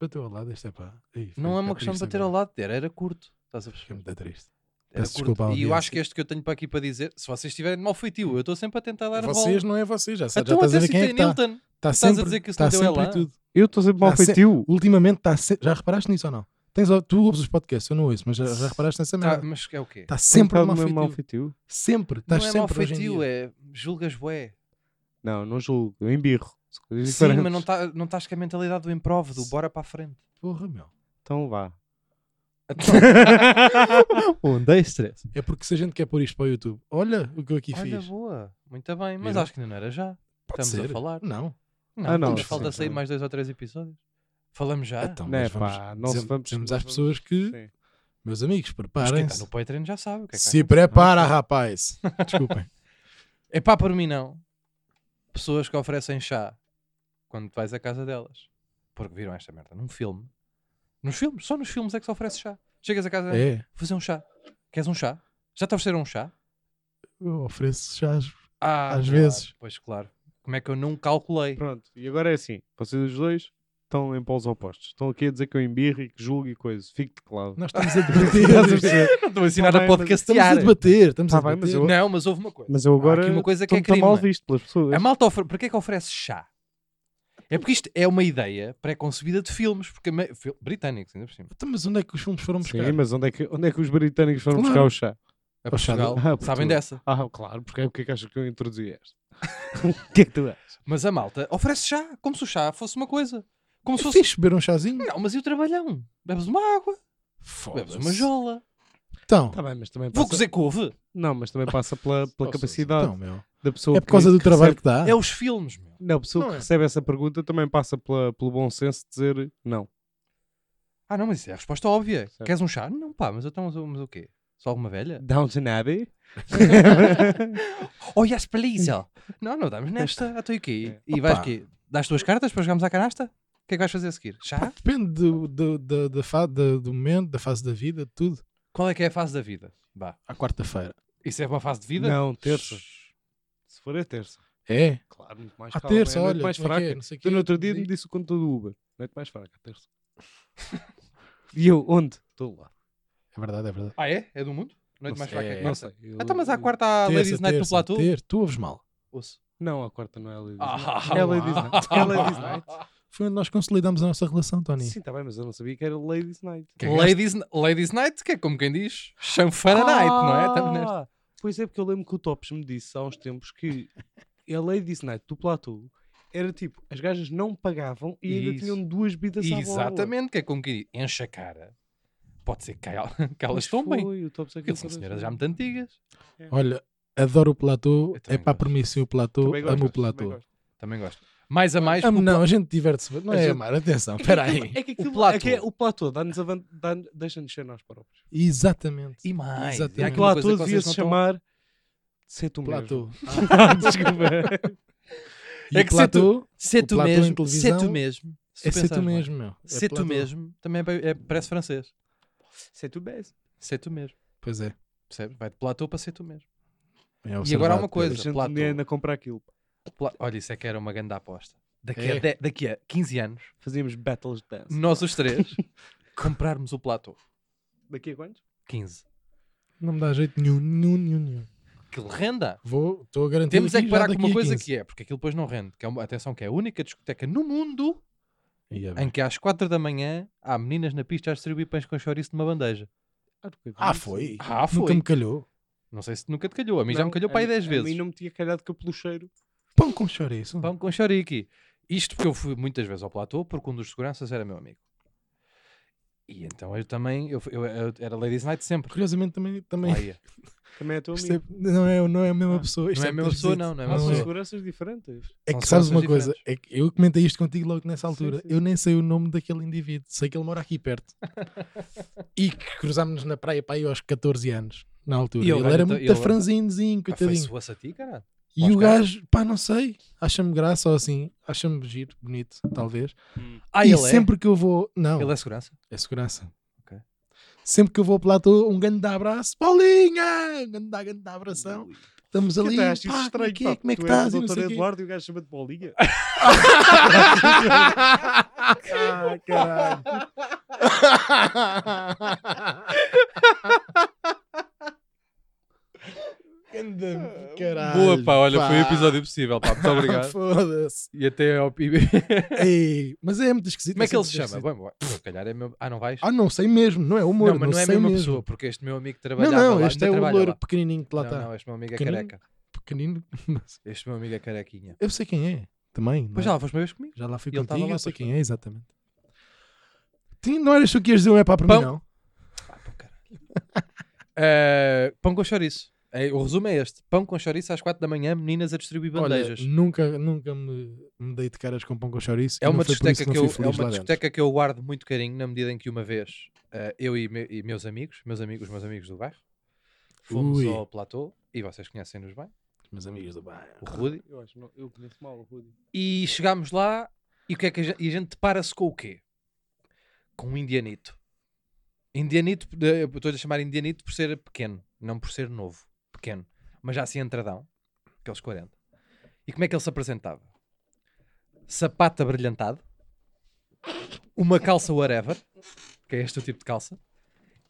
C: Bateu ao lado, este é pá. Ih,
A: Não
C: foi-
A: é uma
C: tá
A: questão de
C: triste
A: bater
C: agora.
A: ao lado. Era, era curto. Estás a
C: Fiquei
A: perceber?
C: muito triste.
A: Era
C: Peço
A: curto.
C: desculpa à
A: E eu acho
C: audiência.
A: que este que eu tenho para aqui para dizer, se vocês tiverem de mal feitio, eu estou sempre a tentar dar
C: Vocês
A: a
C: não é vocês, já,
A: bola.
C: já
A: Então
C: estás a
A: até
C: ver quem é
A: citei
C: que está.
A: Nilton.
C: Está
A: Estás a
C: sempre,
A: dizer que isso
C: tá
A: não deu é
C: sempre
A: lá?
C: e tudo.
B: Eu estou sempre mal
C: Ah, se-
B: feitio.
C: Ultimamente está sempre. Já reparaste nisso ou não? Tens, ou- tu ouves os podcasts, eu não ouço, mas já, já reparaste nessa
A: Tá,
C: merda?
A: mas é o quê?
C: Está sempre
B: Tenho
C: mal
B: estado mesmo mal
C: feito.
B: feitio.
C: Sempre,
A: não
C: estás
A: é mal
C: sempre hoje em
A: feitio,
C: dia.
A: é julgas bué.
B: Não, não julgo, eu embirro. São coisas
A: Sim,
B: diferentes.
A: mas não, tá, não estás com a mentalidade do improv, do bora para a frente.
C: Porra, meu.
B: Então vá.
C: Então,
A: Um, dois, stress.
C: É porque se a gente quer pôr isto para o YouTube, olha o que eu aqui
A: Olha,
C: fiz.
A: boa. Muito bem, mas
C: Viram?
A: acho que ainda não era já.
C: Pode
A: estamos a
C: ser.
A: falar.
C: Não.
A: Não,
B: Ah, não,
A: mas
B: sim,
A: falta sair
B: sim.
A: mais dois ou três episódios. Falamos já.
C: Então,
B: Não, é
C: mas vamos,
B: pá, nós
C: dizemos-
B: vamos-
C: dizemos
B: nós
C: às
B: vamos-
C: pessoas que,
B: Sim.
C: meus amigos,
A: mas quem está
C: preparem-se.
A: no Patreon já sabe. o que é que vai
C: Se prepara, rapaz. Desculpem.
A: É pá, por mim não. Pessoas que oferecem chá quando vais à casa delas. Porque viram esta merda num filme. Nos filmes, só nos filmes é que se oferece chá. Chegas à casa delas,
C: É,
A: vou fazer um chá. Queres um chá? Já te ofereceram um chá?
C: eu ofereço já. as-
A: Ah,
C: Às
A: claro,
C: vezes.
A: Pois claro. Como é que eu não calculei?
B: Pronto, e agora é assim. Vocês os dois estão em polos opostos. Estão aqui a dizer que eu embirro e que julgo e coisa. Fico de claro.
C: Nós estamos a
B: Estás a
C: debater.
B: perceber?
A: Não estou a ensinar a
B: bem, mas-
C: estamos a
A: podcastear.
C: debater. Estamos a
B: Tá bem, mas
C: debater.
B: eu-
A: Não, mas houve uma coisa.
B: Mas eu agora.
A: Há aqui uma coisa que é
B: estou-me tão
A: crime,
B: mal
A: não é?
B: visto pelas pessoas.
A: A malta ofer... Porquê que oferece chá? É porque isto é uma ideia pré-concebida de filmes, porque a me- fil- britânicos, ainda por cima.
C: Então, mas onde é que os filmes foram buscar?
B: Sim, mas onde é, que, onde é que os britânicos foram
C: Claro.
B: buscar o chá?
A: A
C: O chá do-
A: Portugal,
B: Ah, Portugal.
A: sabem dessa.
B: Ah, claro, porque é porque é que achas que eu introduzi esta? O que é que tu achas?
A: Mas a malta oferece chá, como se o chá fosse uma coisa. Como se
C: É
A: fosse.
C: fixe beber um chazinho?
A: Não, mas e o trabalhão? Bebes uma água, bebes uma
C: Foda-se.
A: jola.
C: Então,
B: Tá bem, mas também
A: Vou
B: passa...
A: cozer couve.
B: Não, mas também passa pela, pela
C: Oh,
B: capacidade
C: então, meu.
B: da pessoa
C: É por causa
B: que-
C: do
B: que
C: trabalho
B: recebe-
C: que dá.
A: É os filmes, meu.
B: Não, a pessoa
C: Não
B: que
C: é.
B: recebe essa pergunta também passa pela, pelo bom senso de dizer não.
A: Ah, não, mas isso é a resposta óbvia.
B: Certo.
A: Queres um chá? Não, pá, mas então, mas o quê? Só alguma velha?
B: Downton Abbey?
A: Oh, yes, please! ó. não, não damos nesta. Até o
B: É.
A: quê? E
C: Opa.
A: vais quê? Dás tuas cartas para jogarmos à canasta? O que é que vais fazer a seguir?
C: Pá,
B: Tá.
A: Chá?
C: depende do, do, da- da fa- da- do momento, da fase da vida, de tudo.
A: Qual é que é a fase da vida? Vá.
C: À quarta-feira.
A: Isso é uma fase de vida?
B: não, terça. Se for é terça.
C: É.
B: Claro, muito mais
C: À
B: calma, é a
C: terça,
B: noite
C: olha.
B: mais
C: como é que
B: fraca.
C: é, não sei o
B: Tu no
C: quê,
B: outro dia me
C: digo-
B: disse o conto do Uber. Noite mais fraca, à terça. e eu, onde? Estou lá.
C: É verdade, é verdade.
A: Ah, é? É do mundo? Noite
B: Não
A: mais
C: sei.
A: fraca é,
C: É.
A: que
B: Não
A: quarta?
B: sei. eu-
A: Então, mas à quarta há Ladies Night no platô?
C: ter- tu ouves mal.
A: Ouço.
B: Não, à quarta não é a Ladies
A: Ah,
B: Night. É a Ladies
C: ah,
B: Night. É a Ladies Night.
C: Foi onde nós consolidamos a nossa relação, Tony.
B: Sim, está bem, mas eu não sabia que era Ladies Night.
A: é
C: Cagaste.
A: Ladies, Ladies Night, que é como quem diz, chanfana night, não é? Estamos nesta.
B: Ah, Pois é, porque eu lembro que o Tops me disse há uns tempos que a Ladies Night do platô era tipo, as gajas não pagavam e ainda
A: Isso.
B: tinham duas vidas à borda.
A: Exatamente, que é como quem diz, enche a cara. Pode ser que, ela- que elas estão
B: Pois
A: bem.
B: foi, o Tops é que
A: Porque são
B: apareceu.
A: senhoras já muito antigas.
C: Olha, adoro o platô.
A: Eu
C: É
A: também
C: pá,
A: gosto.
C: para mim sim o platô.
B: Também
C: Amo o
B: gosto, também
C: platô.
B: gosto.
A: Também gosto. Mais a mais,
C: Amo
A: o pla-
C: Ah, não, a gente diverte-se. Não
B: A
C: é
B: gente-
C: amar, atenção, espera aí.
B: É que aquilo,
A: platô.
B: É que é, o platô dá-nos avan- dá deixa-nos ser nós próprios. É
C: Exatamente.
A: e mais.
C: Exatamente.
A: E há
B: O
A: aqui uma coisa
B: platô
A: que vocês
B: devia-se
A: não estão-
B: chamar Ser Tu Mesmo. Ah,
C: Platô.
B: Desculpa.
C: E
A: É
C: o
A: que ser tu-
C: platô
A: Ser
C: O
A: tu
C: platô em
A: mesmo. Ser
C: televisão
A: tu mesmo. se
C: é
A: tu
C: ser tu
A: pensares bem.
C: mesmo, meu. É
A: Ser tu
C: platô.
A: mesmo também é- é- parece francês.
B: Ser Tu Mesmo.
A: Ser tu mesmo.
C: Pois é.
A: Percebes? Vai de platô para ser tu mesmo.
C: É
A: E agora há uma
C: observado,
A: coisa.
B: A gente
A: platô.
B: ainda compra aquilo.
A: Pla- Olha, isso é que era uma grande aposta. Daqui, a
C: É.
A: de- daqui a 15 anos,
B: Fazíamos battles de dance.
A: nós os três comprarmos o platô.
B: Daqui a quantos?
A: 15.
C: Pedro. Não me dá jeito nenhum, nenhum, nenhum. nenhum.
A: Que renda!
C: Vou, estou a garantir.
A: Temos é
C: aqui
A: que
C: já
A: parar com
C: daqui
A: uma
C: a
A: coisa
C: 15.
A: que é, porque aquilo depois não rende. Que é uma, atenção, que é a única discoteca no mundo
C: E é bem.
A: em que às 4 da manhã há meninas na pista a distribuir pães com chouriço numa bandeja.
C: Ah, foi.
A: Ah,
C: Nunca
A: foi.
C: me calhou.
A: Não sei se nunca te calhou. A mim já
B: Não,
A: me calhou
B: a
A: para aí
B: mim-
A: 10
B: A
A: vezes.
B: mim não me tinha calhado que eu pelo cheiro.
C: Pão com chouriço.
A: Pão com choriqui. Isto porque eu fui muitas vezes ao platô porque um dos seguranças era meu amigo. E então eu também, eu, fui- eu- eu era Ladies Night sempre. ah,
C: Curiosamente também. também
A: Lá ia.
B: Também é teu
C: isto é-
B: amigo.
C: não, é, não é a mesma
B: Ah,
C: pessoa. isto
A: não é a
C: muito
A: mesma pessoa,
C: esquisito.
A: não, não é a
B: Ah,
A: mesma
B: são
A: pessoa.
B: seguranças diferentes.
C: É
A: São
C: que sabes uma
A: seguranças
C: coisa, é que eu comentei isto contigo logo nessa altura.
B: sim.
C: Eu nem sei o nome daquele indivíduo, sei que ele mora aqui perto. e que cruzámos-nos na praia para aí aos 14 anos, na altura.
A: E ele
C: ele
A: vai
C: era
A: então-
C: muito
A: ele- Ah,
C: franzinhozinho, coitadinho.
A: Afeiçoou-se a ti, cara?
C: E
A: Aos
C: o gajo, pá, não sei, acha-me graça ou assim, acha-me giro, bonito, talvez.
A: Ah,
C: e
A: ele
C: sempre que eu vou, não,
A: é? Ele é segurança?
C: é segurança.
A: Ok.
C: Sempre que eu vou ao platô, um grande abraço, Paulinha! Um grande, grande abração. Estamos ali,
A: tá,
B: Até acho isso
C: pá, como é
B: estranho,
C: que
B: pá,
C: é, como é que
B: tu és
C: estás?
B: O
C: E não
B: doutor
C: sei o quê.
B: Eduardo e o gajo chama de bolinha.
C: Ah, caralho. Ganda- caralho.
A: Boa, pá, olha, foi o episódio possível, pá. Muito obrigado.
C: Foda-se.
A: E até ao PIB.
C: Ei, Mas é muito esquisito.
A: Como é que
C: é
A: ele se
C: sempre
A: chama?
C: esquisito.
A: Bom, bom, se calhar é meu. Ah, não vais?
C: Ah, não sei mesmo. Não é humor.
A: não, mas não, é a
C: sei
A: mesma
C: mesmo.
A: pessoa, porque este meu amigo
C: Não,
A: trabalhava
C: não.
A: lá.
C: Este
A: ainda
C: é o
A: trabalha
C: louro
A: lá.
C: pequenininho que lá
A: Não,
C: está.
A: não, este meu amigo é
C: Pequenino.
A: careca.
C: Pequenino. mas
A: Este meu amigo é carequinha.
C: Eu sei quem é. Também. não
A: Pois
C: é?
A: já lá foste uma vez comigo.
C: Já lá fui
A: Ele tava
C: contigo.
A: lá,
C: eu sei
A: pois
C: quem é, exatamente. Tinha- Não eras tu que ias dizer um é para para
A: Pão.
C: mim, não?
A: Ah, pá, caralho. Eh, pão com chouriço. Eh, O resumo é este: pão com chouriço às 4 da manhã, meninas a distribuir
C: Olha,
A: bandejas.
C: nunca, nunca me, me dei de caras com pão com chouriço.
A: é
C: e não
A: uma
C: foi por isso
A: discoteca, que
C: não
A: eu,
C: fui
A: é
C: feliz
A: uma
C: lá dentro.
A: discoteca que eu guardo muito carinho, na medida em que uma vez eh, eu e, me- e meus amigos, meus amigos, meus amigos do bairro, fomos
C: Ui.
A: ao platô, e vocês conhecem-nos bem,
C: Meus amigos do bairro.
A: o Rudy,
B: Eu acho, não, eu conheço mal o Rudy.
A: E chegámos lá e, o que é que a gente, e a gente depara-se com o quê? Com um indianito. Indianito, de- eu estou-lhe a chamar indianito por ser pequeno, não por ser novo, pequeno, mas já assim entradão, aqueles 40. E como é que ele se apresentava? Sapato abrilhantado, uma calça whatever, que é este o tipo de calça,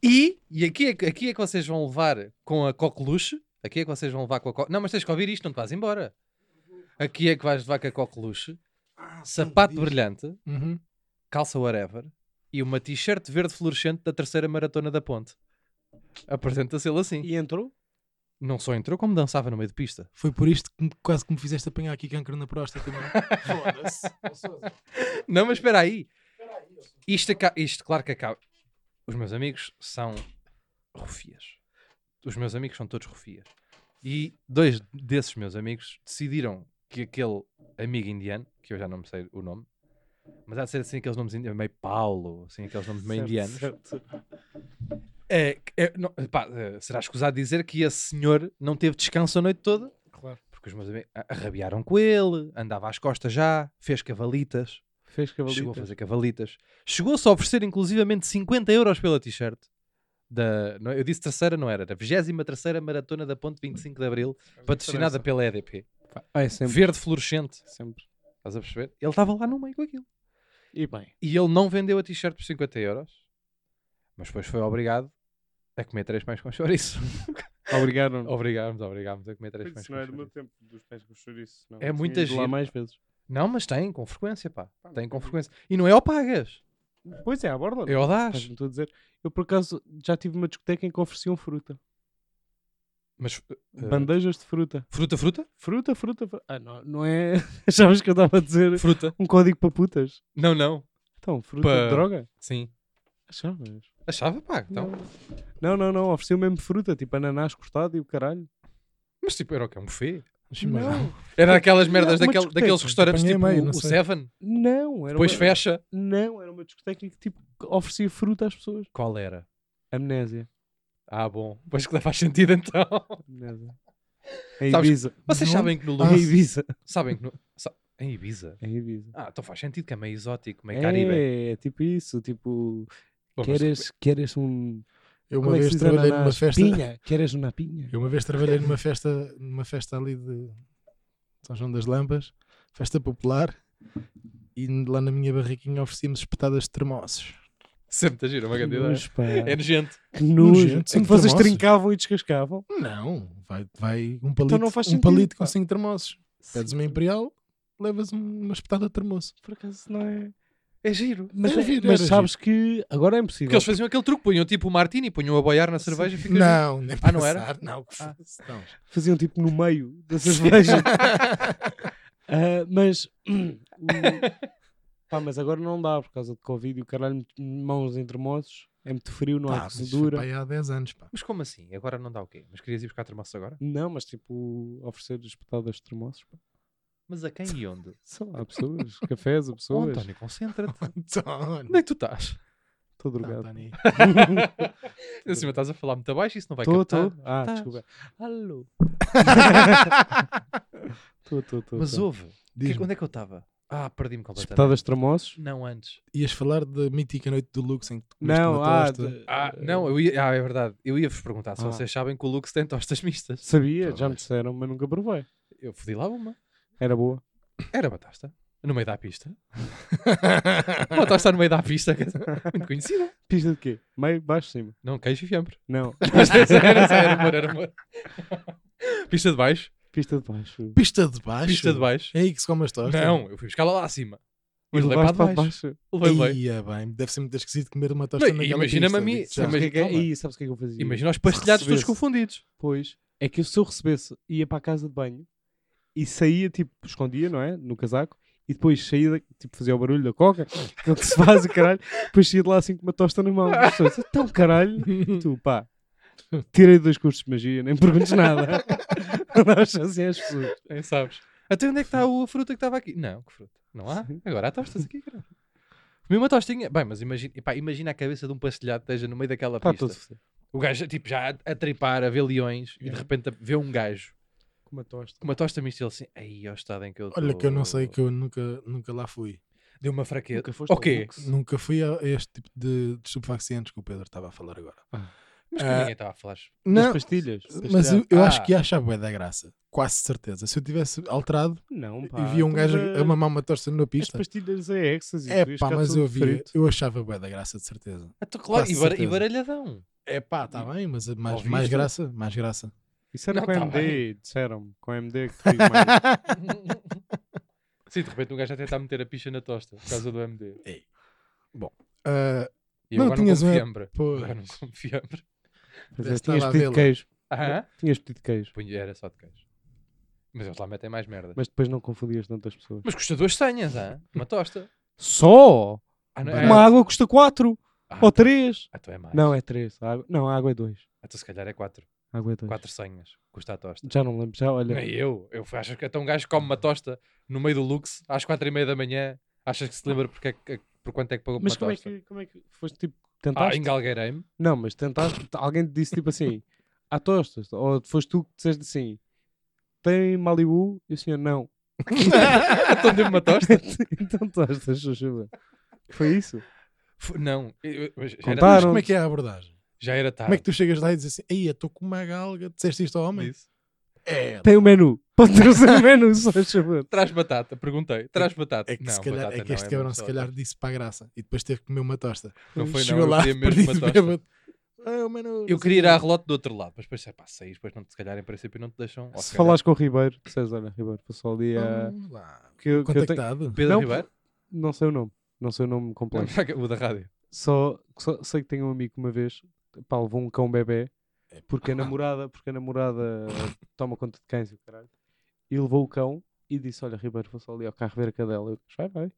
A: e, e aqui, é, que- aqui é que vocês vão levar com a coqueluche, aqui é que vocês vão levar com a coqueluche, não, mas tens que ouvir isto, não te vais embora. Aqui é que vais levar com a coqueluche, sapato brilhante,
C: Uhum.
A: calça whatever e uma t-shirt verde fluorescente da terceira maratona da ponte. Apresenta-se ele assim.
B: E entrou?
A: Não só entrou, como dançava no meio de pista.
C: Foi por isto que me- quase que me fizeste apanhar aqui cancro na próstata. mano. Foda-se.
A: Não, mas espera aí. Isto, aca- isto claro que acaba. Os meus amigos são rufias. Os meus amigos são todos rufias. E dois desses meus amigos decidiram que aquele amigo indiano, que eu já não me sei o nome, mas há de ser assim aqueles nomes indianos, meio Paulo, assim aqueles nomes meio indianos. É, é, não, pá, eh, será escusado dizer que esse senhor não teve descanso a noite toda?
C: Claro.
A: Porque os meus amigos a- arrabiaram com ele, andava às costas já, fez cavalitas,
B: Fez
A: chegou a
B: cavalitas.
A: fazer cavalitas. Chegou-se a oferecer inclusivamente 50 euros pela t-shirt. Da, não, é? eu disse terceira, não era, da 23 Maratona da Ponte 25 de Abril, patrocinada pela EDP.
B: Ah, é sempre.
A: Verde fluorescente,
B: sempre.
A: estás a perceber? Ele estava lá no meio com aquilo.
B: E bem.
A: E ele não vendeu a t-shirt por 50 euros, mas depois foi obrigado a comer três pães com chouriço.
B: Obrigado.
A: Obrigámos, obrigámos a comer três pães
D: Isso
A: com
D: não é do meu
A: chouriço.
D: tempo, dos pés com chouriço. Não.
A: É
D: Tinha
A: muita
D: ido lá
A: giro.
B: Lá mais vezes.
A: Não, mas tem, com frequência, pá.
D: mas
A: Tem com
D: tem-
A: frequência. E não é ao pagas,
B: Pois é, à borda.
A: é ao das.
B: Estás-me tu a dizer. Eu, por acaso, já tive uma discoteca em que ofereciam fruta.
A: Mas uh,
B: Bandejas de fruta.
A: fruta, fruta?
B: Fruta, fruta, fruta. Ah, não, não é. Achavas que eu estava a dizer
A: Fruta.
B: um código para putas?
A: Não, não.
B: Então, fruta
A: Pa-
B: de droga?
A: Sim.
B: Achavas?
A: Achava, pá. Então.
B: Não, não, não. Ofereciam mesmo fruta, tipo ananás cortado e o caralho.
A: Mas tipo, era o quê? Um buffet?
C: Mas imagina,
A: Era aquelas merdas
B: uma
A: daquel-
B: discoteca.
A: daqueles restaurantes
C: Apanhei
A: tipo
C: meio,
A: o
C: não sei.
A: Seven.
B: Não, era
A: Depois
B: uma...
A: fecha.
B: Não, era uma discoteca em que tipo oferecia fruta às pessoas.
A: Qual era?
B: Amnésia.
A: Ah, bom. Pois que não faz sentido então.
B: Amnésia. Em
A: Sabes-
B: Ibiza.
A: Vocês
C: Não.
A: sabem que no
C: Ah.
B: Em
A: Luís.
B: Ibiza.
A: Sabem que no. sa- Em Ibiza.
B: Em Ibiza.
A: Ah, então faz sentido que é meio exótico, meio caribe.
B: É, é tipo isso. Tipo,
A: Bom, mas-
B: queres, queres um.
C: Eu uma
B: como é que se diz
C: vez trabalhei numa
B: ananás?
C: festa.
B: Pinha. Queres uma pinha?
C: Eu uma vez trabalhei numa festa, numa festa ali de São João das Lampas, festa popular, e lá na minha barriquinha oferecíamos espetadas de termossos.
A: Sempre te gira uma
B: Que
A: grande ideia.
B: nojo, pá.
A: É nojento.
B: Que nojo.
C: nojento,
B: É que
C: cinco
B: vocês
C: termossos.
B: trincavam e descascavam.
C: Não, vai, vai um
A: Então
C: palito,
B: não faz
C: um
B: sentido,
C: palito com
B: pá.
C: 5 termossos. Pedes uma imperial, levas um- uma espetada de termoço.
B: Por acaso não é.
A: É giro.
B: Mas,
C: Era
B: é-
C: giro,
B: mas
C: era
B: sabes que agora é impossível.
A: Porque eles faziam aquele truque, punham tipo o martini, punham a boiar na cerveja e fica junto.
C: Não, nem
A: Ah, não era?
C: pensar, Não, que
A: Ah.
C: fosse, não.
B: faziam tipo no meio da cerveja. Ah, mas, o- pá, mas agora não dá por causa de Covid e o caralho, mãos entre moços, é muito frio, não
C: Pá,
B: há
C: mas isso foi
B: cozedura.
C: para aí há 10 anos, pá.
A: Mas como assim? Agora não dá o quê? Mas querias ir buscar termoços agora?
B: Não, mas tipo, oferecer espetadas de termoços, pá.
A: Mas a quem e onde?
B: sei lá, há pessoas, cafés, a
A: Oh,
B: pessoas,
A: António, concentra-te.
C: António.
A: Onde é que tu estás?
B: estou drogado.
C: António.
B: tá.
A: Em cima estás a falar muito abaixo, isso não vai
B: Estou,
A: captar.
B: estou. Ah,
A: Estás.
B: desculpa. Alô. Estou, estou, estou.
A: Mas ouve, que,
C: Diz-me,
A: onde é que eu estava? Ah, perdi-me completamente.
B: Espetadas de termoços?
A: Não antes. Ias-
C: ias falar da mítica noite do Lux em que tu comeste
B: Não,
C: uma
B: ah,
C: tosta?
B: de-
A: Ah, não, eu ia, ah, é verdade. Eu ia-vos perguntar se
B: Ah.
A: vocês sabem que o Lux tem tostas mistas.
B: Sabia,
A: Tá
B: já me
A: bem.
B: disseram, mas nunca provei.
A: Eu fodi lá uma.
B: Era boa.
A: Era batasta. No meio da pista. batasta no meio da pista. quer dizer, Muito conhecida.
B: Pista de quê? Meio, baixo, cima.
A: Não, queijo e fiambre.
B: Não,
A: era, era, era, amor, era, amor. Pista de baixo.
B: pista de baixo.
C: Pista de baixo?
A: Pista de baixo.
C: É aí que se come as tostas?
A: Não, eu fui buscá-la lá acima. E
B: E
A: levei para
B: levaste
A: de
B: é para
A: baixo.
B: baixo.
A: Levei, levei.
C: Ia é bem, deve ser muito esquisito comer uma tosta
A: Não,
C: naquela
A: imagina-me
C: pista,
A: a mim,
C: digo-te
B: Sabes
C: já.
B: o que é que é?
A: calma.
B: Ih, sabes o que é que eu fazia?
A: Imagina os pastelhados todos
B: recebesse.
A: confundidos.
B: Pois, é que eu, se eu recebesse, ia para a casa de banho e saía, tipo, escondia, não é? No casaco. E depois saía, da- tipo, fazia o barulho da coca, aquilo que se faz, o caralho. Depois saía de lá assim com uma tosta na mão. As pessoas, Então, caralho, E tu, pá, tirei dois cursos de magia, nem perguntes nada. Não dá chance às pessoas.
A: Nem sabes. Até onde é que está a fruta que estava aqui? Não, que fruta? Não há? Agora há tostas aqui, caralho. Comi uma tostinha. Bem, mas imagina, epá, imagina a cabeça de um pastelhado que esteja no meio daquela
C: Tá
B: Está
A: pista.
B: todo fodido.
A: O gajo, tipo, já a, a tripar, a ver leões
C: É.
A: e de repente a- vê um gajo
B: Com uma tosta.
A: com uma tosta mista e ele assim, aí, ó, estado em que eu
C: Olha que eu não sei,
A: tô."
C: que eu nunca, nunca lá fui.
A: Deu uma fraqueza.
B: Nunca foste ao
A: Ok.
B: Lux?
C: Nunca fui a este tipo de, de estupefacientes que o Pedro estava a falar agora.
A: Mas que
C: Ah,
A: ninguém estava a falar.
B: Nas
C: Não,
B: pastilhas.
C: mas eu, eu acho
A: Ah.
C: que ia achar bué da graça. Quase certeza. Se eu tivesse alterado
B: Não, pá.
C: e via um
B: tu
C: gajo
A: é
B: não-
C: a mamar uma tosta na
B: As
C: pista...
B: pastilhas é ecstasy.
C: É
B: tu ias
C: pá,
B: ficar
C: mas
B: todo
C: eu via,
B: frito.
C: eu achava bué da graça, de certeza.
A: Ah, tô claro,
C: quase
A: e, bar, e
C: certeza.
A: baralhadão.
C: É pá,
A: tá
C: está bem, mas mais,
A: Ouviste?
C: mais graça, mais graça.
B: Isso era
A: Não,
B: com
A: tá
B: MD, disseram-me. Com MD que fiz mais.
A: Sim, de repente um gajo já tenta meter a picha na tosta por causa do MD.
C: Ah,
A: E eu
C: Não,
A: agora não
C: tinhas
A: como
C: um-
A: fiambre.
C: pô,
A: Agora não como fiambre.
B: Mas
C: Eu
B: é,
C: estava
B: tinhas
C: a
B: pedido
C: vê-la.
B: queijo.
A: Aham.
B: Tinhas pedido queijo.
A: Punha- Era só de queijo. Mas eles lá metem mais merda. Mas,
B: Mas depois não confundias tantas pessoas.
A: custa duas senhas, ah? Uma tosta.
B: Só?
A: Ah, não,
C: Uma
A: é-
B: Uma água custa 4.
A: Ah,
B: Ou três.
A: Ah, então é mais.
B: Não, é três. A água- Não, a água é dois.
A: Ah, Então se calhar é quatro.
B: A água é dois.
A: Quatro senhas. Custa a tosta.
B: Já não me lembro. Já, olha.
A: Nem eu. Eu acho que até um gajo come uma tosta no meio do Lux às quatro e meia da manhã. Achas que se lembra porque é que- por quanto é que pagou
B: Mas
A: uma
B: como é,
A: tosta?
B: que, como é que foste tipo.
A: Ah,
B: Tentaste?
A: engalgueirei-me.
B: Não, mas tentaste. Alguém te disse tipo assim: há tostas. Ou foste tu que disseste assim: tem Malibu? E o senhor, não.
A: então deu-me uma tosta.
B: então tostas, chuchuba. Foi isso?
A: F- Não. eu- eu- mas já, era,
B: Contaram.
C: Mas como é que é a abordagem?
A: já era tarde.
C: Como é que tu chegas lá e dizes assim, ei, eu estou com uma galga, disseste isto ao homem?
A: Disse.
C: É,
B: Tem o menu. Pode trazer o menu, só chuchuba.
A: Traz batata. Perguntei. Traz batata.
C: é que,
A: não,
C: se calhar,
A: batata
C: é que
A: não,
C: este
A: é
C: cabrão
A: uma
C: se
A: só.
C: calhar disse para a graça e depois teve que comer uma tosta.
A: Não foi
C: Chegou
A: não.
C: lá,
A: eu queria mesmo uma
C: perdido,
A: tosta.
C: bêbado. Ah, o menu,
A: Eu
C: não sei
A: queria ir à
C: quê.
A: relote do outro lado. Mas depois, sei pá, saís. Depois não, te- se calhar em princípio não te deixam. ou
B: Se
A: se calhar-
B: falares com o Ribeiro, disseste: olha, Ribeiro, passou ali a.
C: Vamos lá. é
B: Que, que eu tenho...
C: Contactado?
A: Pedro
B: Não.
A: Ribeiro?
B: Não sei o nome. Não sei o nome completo.
A: O da rádio.
B: Só, só sei que tenho um amigo que uma vez pá, levou um cão bebê porque a namorada, porque a namorada toma conta de cães e o caralho. E levou o cão e disse: Olha, Ribeiro, vou só ali ao carro ver a cadela. Eu disse, vai, vai.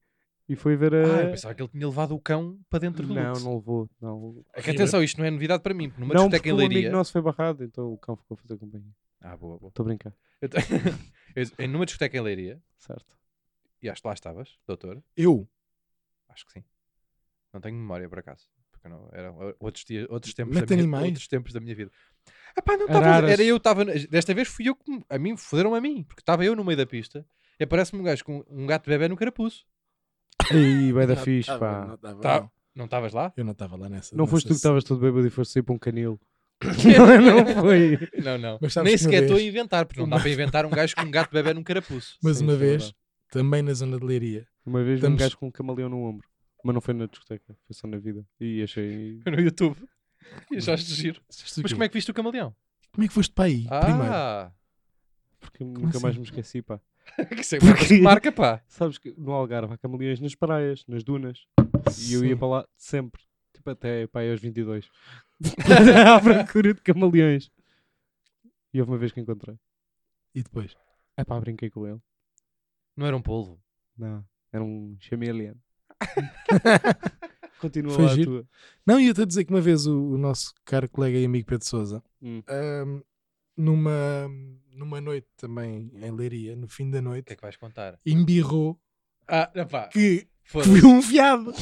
B: E foi ver a.
A: Ah, eu pensava que ele tinha levado o cão para dentro do
B: Eh, não,
A: Lux.
B: não levou. Não,
A: É que atenção, isto não é novidade para mim. porque Numa
B: não
A: discoteca
B: porque
A: em
B: um
A: Leiria.
B: amigo nosso foi barrado, então o cão ficou a fazer companhia.
A: Ah, boa, boa.
B: Estou a brincar,
A: Eu te- Eu- eu- numa discoteca em Leiria,
B: certo?
A: e acho que lá estavas, doutor,
C: Eu?
A: acho que sim. Não tenho memória por acaso. Porque não, eram o- outros, dias, outros, tempos
C: Mete
A: da minha,
C: animais.
A: outros tempos da minha vida. Epá, não estava.
B: Araras.
A: Era eu, estava. Desta vez fui eu que. me- A mim, foderam a mim. Porque estava eu no meio da pista e aparece-me um gajo com um gato bebê no carapuço.
B: Ih, bem da
C: Não
B: fixe,
C: tava,
B: pá.
C: não tava,
A: Tá.
C: não.
A: Não estavas lá?
C: Eu não estava lá nessa.
B: Não foste tu que
C: nessa-
B: estavas todo bêbado e foste sair para um canil. não, não foi.
A: Não, não.
C: Mas sabes
A: Nem
C: que uma
A: sequer estou a
C: vez-
A: inventar, porque não dá para inventar um gajo com um gato bebê num carapuço.
C: Mas
B: Sim,
C: uma
B: isso é
C: vez,
B: verdade.
C: também na zona de Leiria.
B: Uma vez vi um
C: Estamos-
B: gajo com um camaleão no ombro, mas não foi na discoteca, foi só na vida. E achei.
A: no YouTube. E achaste giro. Mas como é que viste o camaleão?
C: como é que foste para aí? Primeiro.
A: Ah,
B: Porque nunca mais
C: assim?
B: me esqueci, pá.
A: que isso é uma coisa que marca, pá.
B: Sabes que no Algarve há camaleões nas praias, nas dunas, e eu ia
C: Sim.
B: para lá sempre, tipo até pá, aí aos 22. à procura de camaleões. E houve uma vez que encontrei.
C: E depois?
B: É pá, brinquei com ele.
A: Não era um polvo.
B: Não, era um chameleon. Continua
C: Foi
B: lá a
C: giro.
B: tua.
C: Não, ia-te a dizer que uma vez o, o nosso caro colega e amigo Pedro Souza,
B: Hum.
C: numa, numa noite também em Leiria, no fim da
A: O que é
C: noite,
A: que vais contar?
C: embirrou
A: Ah, não, pá.
C: que
A: Foda-se.
C: viu um viado.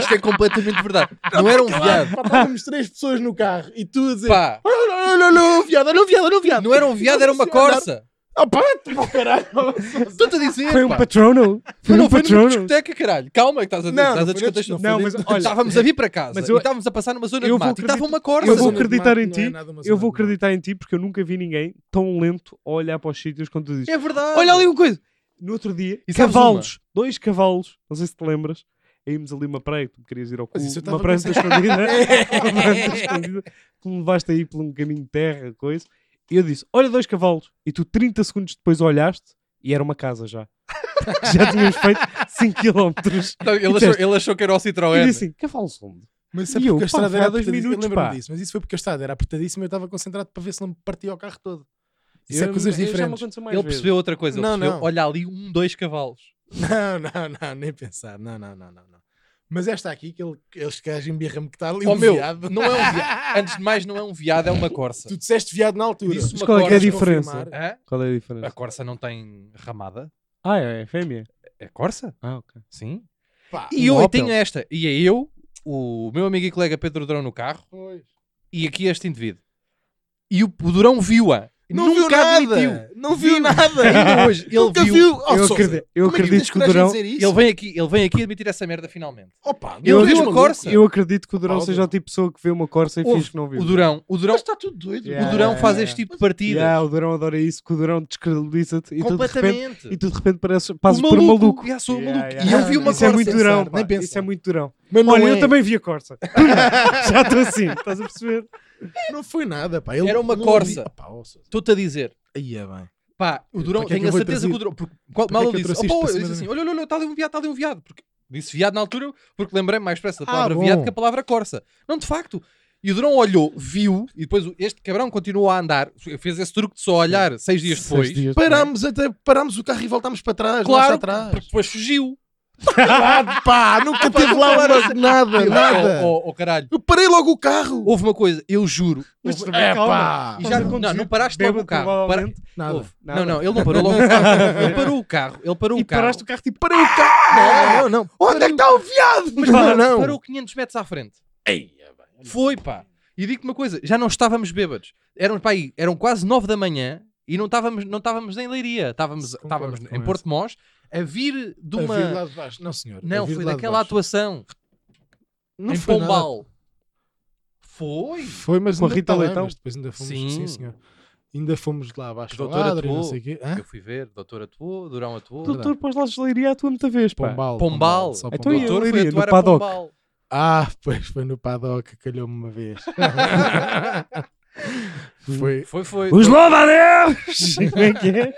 A: Isto é completamente verdade. Não era um viado.
C: Pá, Estávamos três pessoas no carro e tu a dizer:
A: Pá,
C: Olha, olha, olha, olha, um viado, olha, um viado, olha, um viado.
A: não era um viado, era uma corça.
C: Ah, pá, tipo, caralho.
A: Estou-te a dizer,
B: Foi um
A: pá.
B: patrono! Foi
A: Mas
B: um
A: não foi numa
B: patrono!
A: discoteca, caralho. Calma, que estás a,
C: Não,
A: estás
C: não
A: a
C: foi na
A: descontextualizar.
C: discoteca.
B: Não, mas olha,
A: Estávamos a vir para casa
B: Mas eu-
A: e estávamos a passar numa zona
B: eu vou
A: de mato e estava
B: acreditar-
A: uma corça.
B: eu vou
C: Zona de
B: acreditar
C: mato
B: em
C: não é
B: ti,
C: nada uma
B: Eu
C: zona
B: vou
C: de mato.
B: acreditar em ti porque eu nunca vi ninguém tão lento a olhar para os sítios quando tu dizes.
A: É verdade.
B: Olha ali uma coisa. No outro dia,
A: E sabes
B: cavalos, dois cavalos, não sei se te lembras. aí Ímos ali uma praia que tu me querias ir ao cu,
C: Mas isso eu
B: uma
C: tava
B: praia
C: a
B: toda escondida, uma praia toda escondida, que me levaste aí por um caminho de terra, coisa. E eu disse: Olha, dois cavalos. E tu, 30 segundos depois, olhaste e era uma casa já. já tínhamos feito 5 km.
A: Não, Ele achou, ele achou que era o Citroën.
B: E disse assim: Cavalos onde?
C: Mas
B: E
C: sabe porque
B: eu,
C: a
B: pá,
C: estrada
B: foi
C: era
B: há dois
C: apertadíssima,
B: minutos,
C: eu lembro-me
B: pá.
C: disso, mas isso foi porque a estrada era apertadíssima e eu estava concentrado para ver se não me partia o carro todo. Isso
B: Eu-
C: é coisas
B: eu- já me
C: diferentes.
B: aconteceu mais
A: Ele
B: vezes.
A: percebeu outra coisa. Ele
C: Não,
A: percebeu,
C: não.
A: olha ali um, dois cavalos.
C: Não, não, não, nem pensar. Não, não, não, não. não. Mas esta aqui, que ele, este gajo embirra-me que está ali
A: Oh,
C: um
A: meu,
C: viado.
A: não é um viado. Antes de mais, não é um viado, é uma corça.
C: Tu disseste viado na altura.
A: Disse
B: Mas
A: uma
B: qual é que é a
A: corça.
B: diferença?
C: confirmar.
A: Hã?
B: Qual é a
A: A
B: diferença?
A: corça não tem ramada.
B: Ah, é, é fêmea.
A: É corça?
B: Ah, ok.
A: Sim.
C: Pá,
A: E
B: Um
A: eu e
B: Opel.
A: tenho esta. E é eu, o meu amigo e colega Pedro Durão no carro
C: pois.
A: e aqui este indivíduo. E o, o Durão viu-a.
C: Não
A: Nunca
C: viu nada.
A: admitiu.
C: Não viu
A: Ainda
C: nada.
A: hoje. Ele
C: Nunca
A: viu.
C: viu. Oh,
B: eu
C: Sousa,
B: acredito, eu
C: como é
B: acredito
C: tens
B: que o
C: coragem de
B: Durão.
C: dizer isso?
A: Ele vem aqui, ele vem aqui admitir essa merda finalmente.
C: Opa,
A: Ele
C: não
A: viu
C: és
A: a
C: maluco.
A: corça.
B: Eu acredito que o Durão
C: Paulo.
B: seja o tipo de pessoa que vê uma Corsa e
A: Ouve,
B: finge que não viu.
A: O Durão, o Durão,
C: Mas está tudo doido.
B: é. Yeah,
A: o Durão
B: yeah,
A: faz
B: yeah.
A: este tipo de partidas.
B: Yeah, o Durão adora isso, que o Durão descredibiliza-te e, tu de repente-
A: completamente.
B: e tu de repente pareces, passas
A: O
B: por maluco.
A: Yeah, sou um
B: Yeah,
A: maluco.
B: yeah.
A: E eu vi uma
C: Isso é
A: corça.
B: muito
C: Sem
B: Durão,
C: pensar,
B: pá,
C: nem pensar.
B: isso é muito Durão.
C: Mas não,
B: Olha,
C: é.
B: eu também vi a Corsa. Tu não. Já estou assim, estás a perceber?
C: não foi nada. Pá. Ele
A: Era uma
C: não
A: corça.
C: vi- Opa, oh, Sousa.
A: Estou-te a dizer,
C: Aí é bem.
A: Pá, o
C: Para
A: Durão,
C: que é que
A: tenho
C: eu
A: a
C: vou
A: certeza
C: trazer-
A: que o Durão. Porque, qual-
C: que
A: mal
C: é
A: ele
C: que eu
A: disse,
C: trouxe isto
A: "Opa,
C: para
A: eu
C: cima
A: disse
C: de
A: assim:
C: mim?"
A: olha, olha, olha, está ali um viado, está ali um viado. Porque disse viado na altura, porque lembrei mais depressa da
C: Ah,
A: palavra
C: bom.
A: viado que a palavra corça. Não, de facto. E o Durão olhou, viu, e depois o- este cabrão continuou a andar, fez esse truque de só olhar seis dias
B: Seis
A: depois.
B: dias.
C: Parámos, até, parámos o carro e voltámos para trás. lá
A: Claro,
C: está atrás.
A: porque depois fugiu.
C: Lá, pá, nunca teve lá uma, nada, nada.
A: Oh, oh, oh, caralho.
C: Eu parei logo o carro.
A: Houve uma coisa, eu juro.
B: Mas
A: houve-
B: também,
C: é,
B: calma.
C: pá.
A: E
B: Mas eu
A: já- Ah. não, não
B: conduzi
A: paraste logo o
B: bêbado,
A: carro. Para-
B: provavelmente.
C: Nada.
A: Houve.
B: Nada.
A: Não, não, ele não parou logo o carro. Ele parou o carro. Ele parou
B: E
A: o carro.
B: paraste o carro tipo.
C: Parei o carro. Um Ah, Não, não, não. Onde é que está o viado?
A: Mas
C: não,
A: parou-
C: não.
A: parou 500 metros à frente. Foi, pá. E digo-te uma coisa, já não estávamos bêbados. Eram, pá, aí, eram quase 9 da manhã e não estávamos, não estávamos em Leiria. Estávamos,
C: Concordo
A: estávamos
C: com
A: em
C: essa.
A: Porto Mós a vir de uma...
C: A vir lá de baixo. Não, senhor.
A: Não,
C: A vir
A: foi
C: lá de
A: daquela
C: baixo.
A: atuação
C: Não
A: em
C: foi nada.
A: Pombal. Foi?
C: Foi, mas
B: Com a
C: ainda
B: Rita
C: tá lá,
B: Leitão?
C: mas depois ainda fomos, sim.
A: Sim.
C: senhor. Ainda fomos lá abaixo
A: Que
C: do
A: doutor
C: ladro e não
A: atuou.
C: sei o quê. Hã?
A: Eu fui ver, doutor atuou, Durão atuou.
B: Doutor, pós lá de leiria à tua muita vez, pá.
C: Pombal.
A: Pombal.
C: Só
B: Então
A: O
C: Pombal.
B: e eu?
A: doutor foi
B: Leiria, no
A: atuar a
B: paddock.
A: Pombal.
C: Ah, pois foi no paddock, calhou-me uma vez. foi.
A: Foi, foi.
B: Os louva a Deus! Como é que é?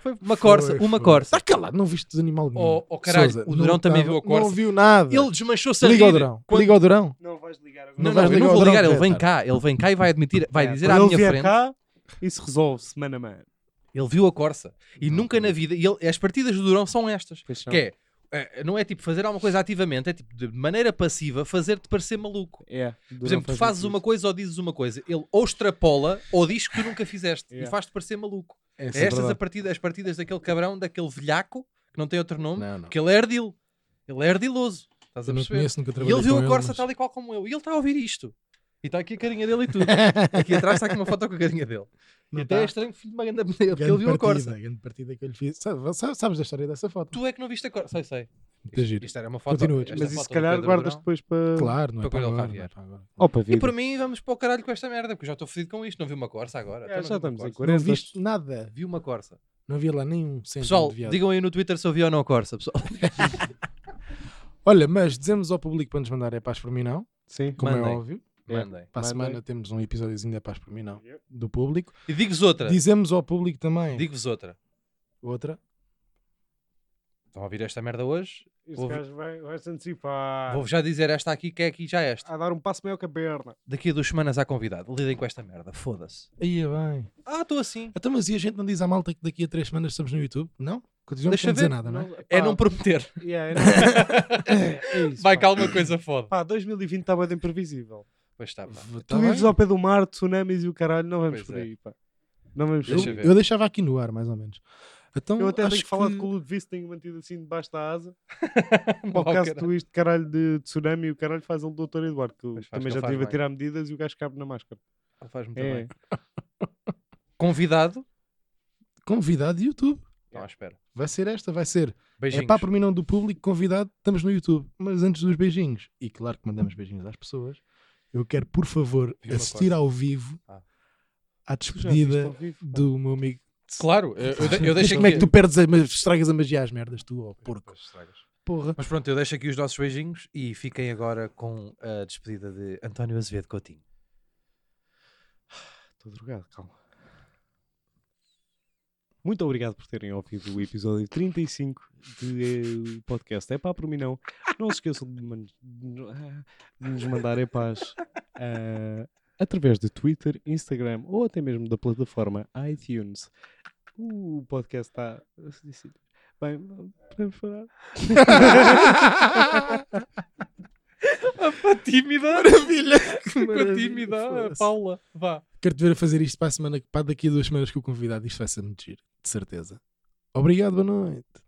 A: Foi uma corça,
C: Foi,
A: uma
C: foi.
A: corsa.
C: Está calado, não viste animal nenhum.
A: Oh, oh, caralho,
C: Sousa,
A: o Durão
C: não
A: também
C: tava-
A: viu a corça.
C: Não viu nada.
A: Ele desmanchou-se a
C: Liga ao
A: rir
C: Durão.
A: quando-
C: Liga ao Durão.
B: Não vais ligar agora.
A: Não,
C: vais
A: não, eu
C: ligar
A: não
C: ao
A: vou
C: Durão,
A: ligar, ele vem
C: Peter.
A: cá, ele vem cá e vai admitir, vai dizer à
B: É, Quando
A: minha
B: ele vier
A: frente.
B: cá, isso resolve semana, mano.
A: Ele viu a Corsa e nunca na vida. E ele- as partidas do Durão são estas: que é, eh, não é tipo fazer alguma coisa ativamente, é tipo de maneira passiva fazer-te parecer maluco.
B: É.
A: Por exemplo, tu fazes uma coisa ou dizes uma coisa, ele ou extrapola ou diz que tu nunca fizeste
B: Yeah.
A: e faz-te parecer maluco.
C: Essa
A: É estas
C: verdade.
A: a partida- as partidas daquele cabrão, daquele velhaco, que não tem outro nome,
C: Não, não.
A: porque ele é ardil. Ele é ardiloso. Estás a
C: Eu não
A: perceber?
C: conheço, nunca
A: E
C: trabalhei
A: ele viu
C: com
A: a Corsa
C: mas-
A: tal e qual como eu. E ele está a ouvir isto. E está aqui a carinha dele e tudo. aqui atrás está aqui uma foto com a carinha dele.
C: Não
A: e até
C: tá.
A: é estranho, filho de uma grande mulher, porque
C: Grande
A: ele viu a
C: partida,
A: Corsa.
C: grande partida que eu lhe fiz. Sabe- sabe- Sabes da história dessa foto?
A: Tu é que não viste a Corsa. Sei, sei.
C: Muito
A: Isto,
C: giro.
A: isto era uma foto.
C: Continua,
A: esta
B: Mas isso se
A: foto do
B: calhar
A: Pedro
B: guardas
A: Durão.
B: depois para.
C: Claro, não é
A: Para
C: para
A: quando ele vai
C: agora, não é
A: vier.
C: para agora.
B: Ou para vir.
A: E para mim vamos para o caralho com esta merda, porque já estou fedido com isto. Não vi uma Corsa agora.
C: É,
A: Então não
B: já
A: vi uma
B: estamos em
A: Corsa.
B: 40.
C: Não viste nada.
A: Vi uma Corsa.
C: Não havia lá nenhum centro
A: Pessoal,
C: de viado.
A: digam aí no Twitter se eu vi ou não a Corsa, pessoal.
C: Olha, mas dizemos ao público para nos mandar é paz por mim não,
B: Sim.
C: como
A: Mandem.
C: é óbvio.
A: Mandem.
C: Para a
B: Mandem.
C: semana temos um episódiozinho de é paz por mim não,
B: Yep.
C: do público.
A: E digo-vos outra.
C: Dizemos ao público também
A: Digo-vos outra.
C: outra.
A: Estão a ouvir esta merda hoje?
B: Este
A: Vou-
B: gajo vai, vai se
C: Ah.
B: antecipar.
A: Vou-vos já dizer esta aqui, que é aqui já esta.
B: A dar um passo maior que a perna.
A: Daqui a duas semanas há convidado. Lidem com esta merda. Foda-se.
C: Aí é bem.
A: Ah, estou assim.
C: Então, mas e a gente não diz à malta que daqui a três semanas estamos no YouTube? Não? Continuamos
A: Deixa
C: sem
A: ver.
C: dizer nada, não é?
A: É
B: pá,
A: não prometer.
B: yeah, é não- É isso,
A: Vai
B: pá.
A: que alguma coisa foda.
B: Pá, 2020 está bem tá imprevisível.
A: Pois está, pá.
C: Tá
B: tu
C: bem?
B: vives ao pé do mar, tsunamis e o caralho, não vamos
A: Pois
B: por
A: é.
B: aí, pá. Não vamos por
A: Deixa
B: aí.
A: ver.
C: Eu deixava aqui no ar, mais ou menos. Então,
B: Eu até
C: acho
B: tenho que falar
C: que-
B: de que o Ludwig tenho mantido assim debaixo da asa.
A: Não
B: Por
A: vale
B: caso
A: a
B: tu isto, caralho, de tsunami, o caralho faz ele do Dr. Eduardo, que eu
A: Pois faz,
B: também
A: que
B: já
A: ele faz
B: estive a
A: bem.
B: tirar medidas e o gajo cabe na máscara.
A: pena. Faz muito
B: É.
A: bem. Convidado.
C: Convidado de YouTube.
A: Não, Tá, espera.
C: Vai ser esta, vai ser.
A: Beijinhos.
C: É pá, por mim não do público, convidado, estamos no YouTube. Mas antes dos beijinhos, e claro que mandamos beijinhos às pessoas, eu quero, por favor,
A: Vi uma
C: assistir
A: coisa.
C: ao vivo
A: Ah.
C: à
B: Tu já viste ao
C: despedida
B: vivo, pá.
C: do meu amigo.
A: Claro, eu, eu de- eu deixo aqui.
C: Como é que tu perdes, a, mas estragas a magia às merdas, tu, ó porco.
A: Pois, estragas.
C: Porra.
A: Mas pronto, eu deixo aqui os nossos beijinhos e fiquem agora com a despedida de António Azevedo Coutinho.
B: Estou drogado, calma. Muito obrigado por terem ouvido o episódio 35 do eh, podcast. É pá, por mim não. Não se esqueçam de, man- de nos mandar em paz ah, através de Twitter, Instagram ou até mesmo da plataforma iTunes. O podcast está. eh, Bem, podemos parar.
A: A tímida.
C: Maravilha! Foda-se.
A: Paula. Vá.
C: Quero te ver a fazer isto para a semana, para daqui a duas semanas que o convidado. Isto vai ser muito giro, de certeza. Obrigado, boa noite.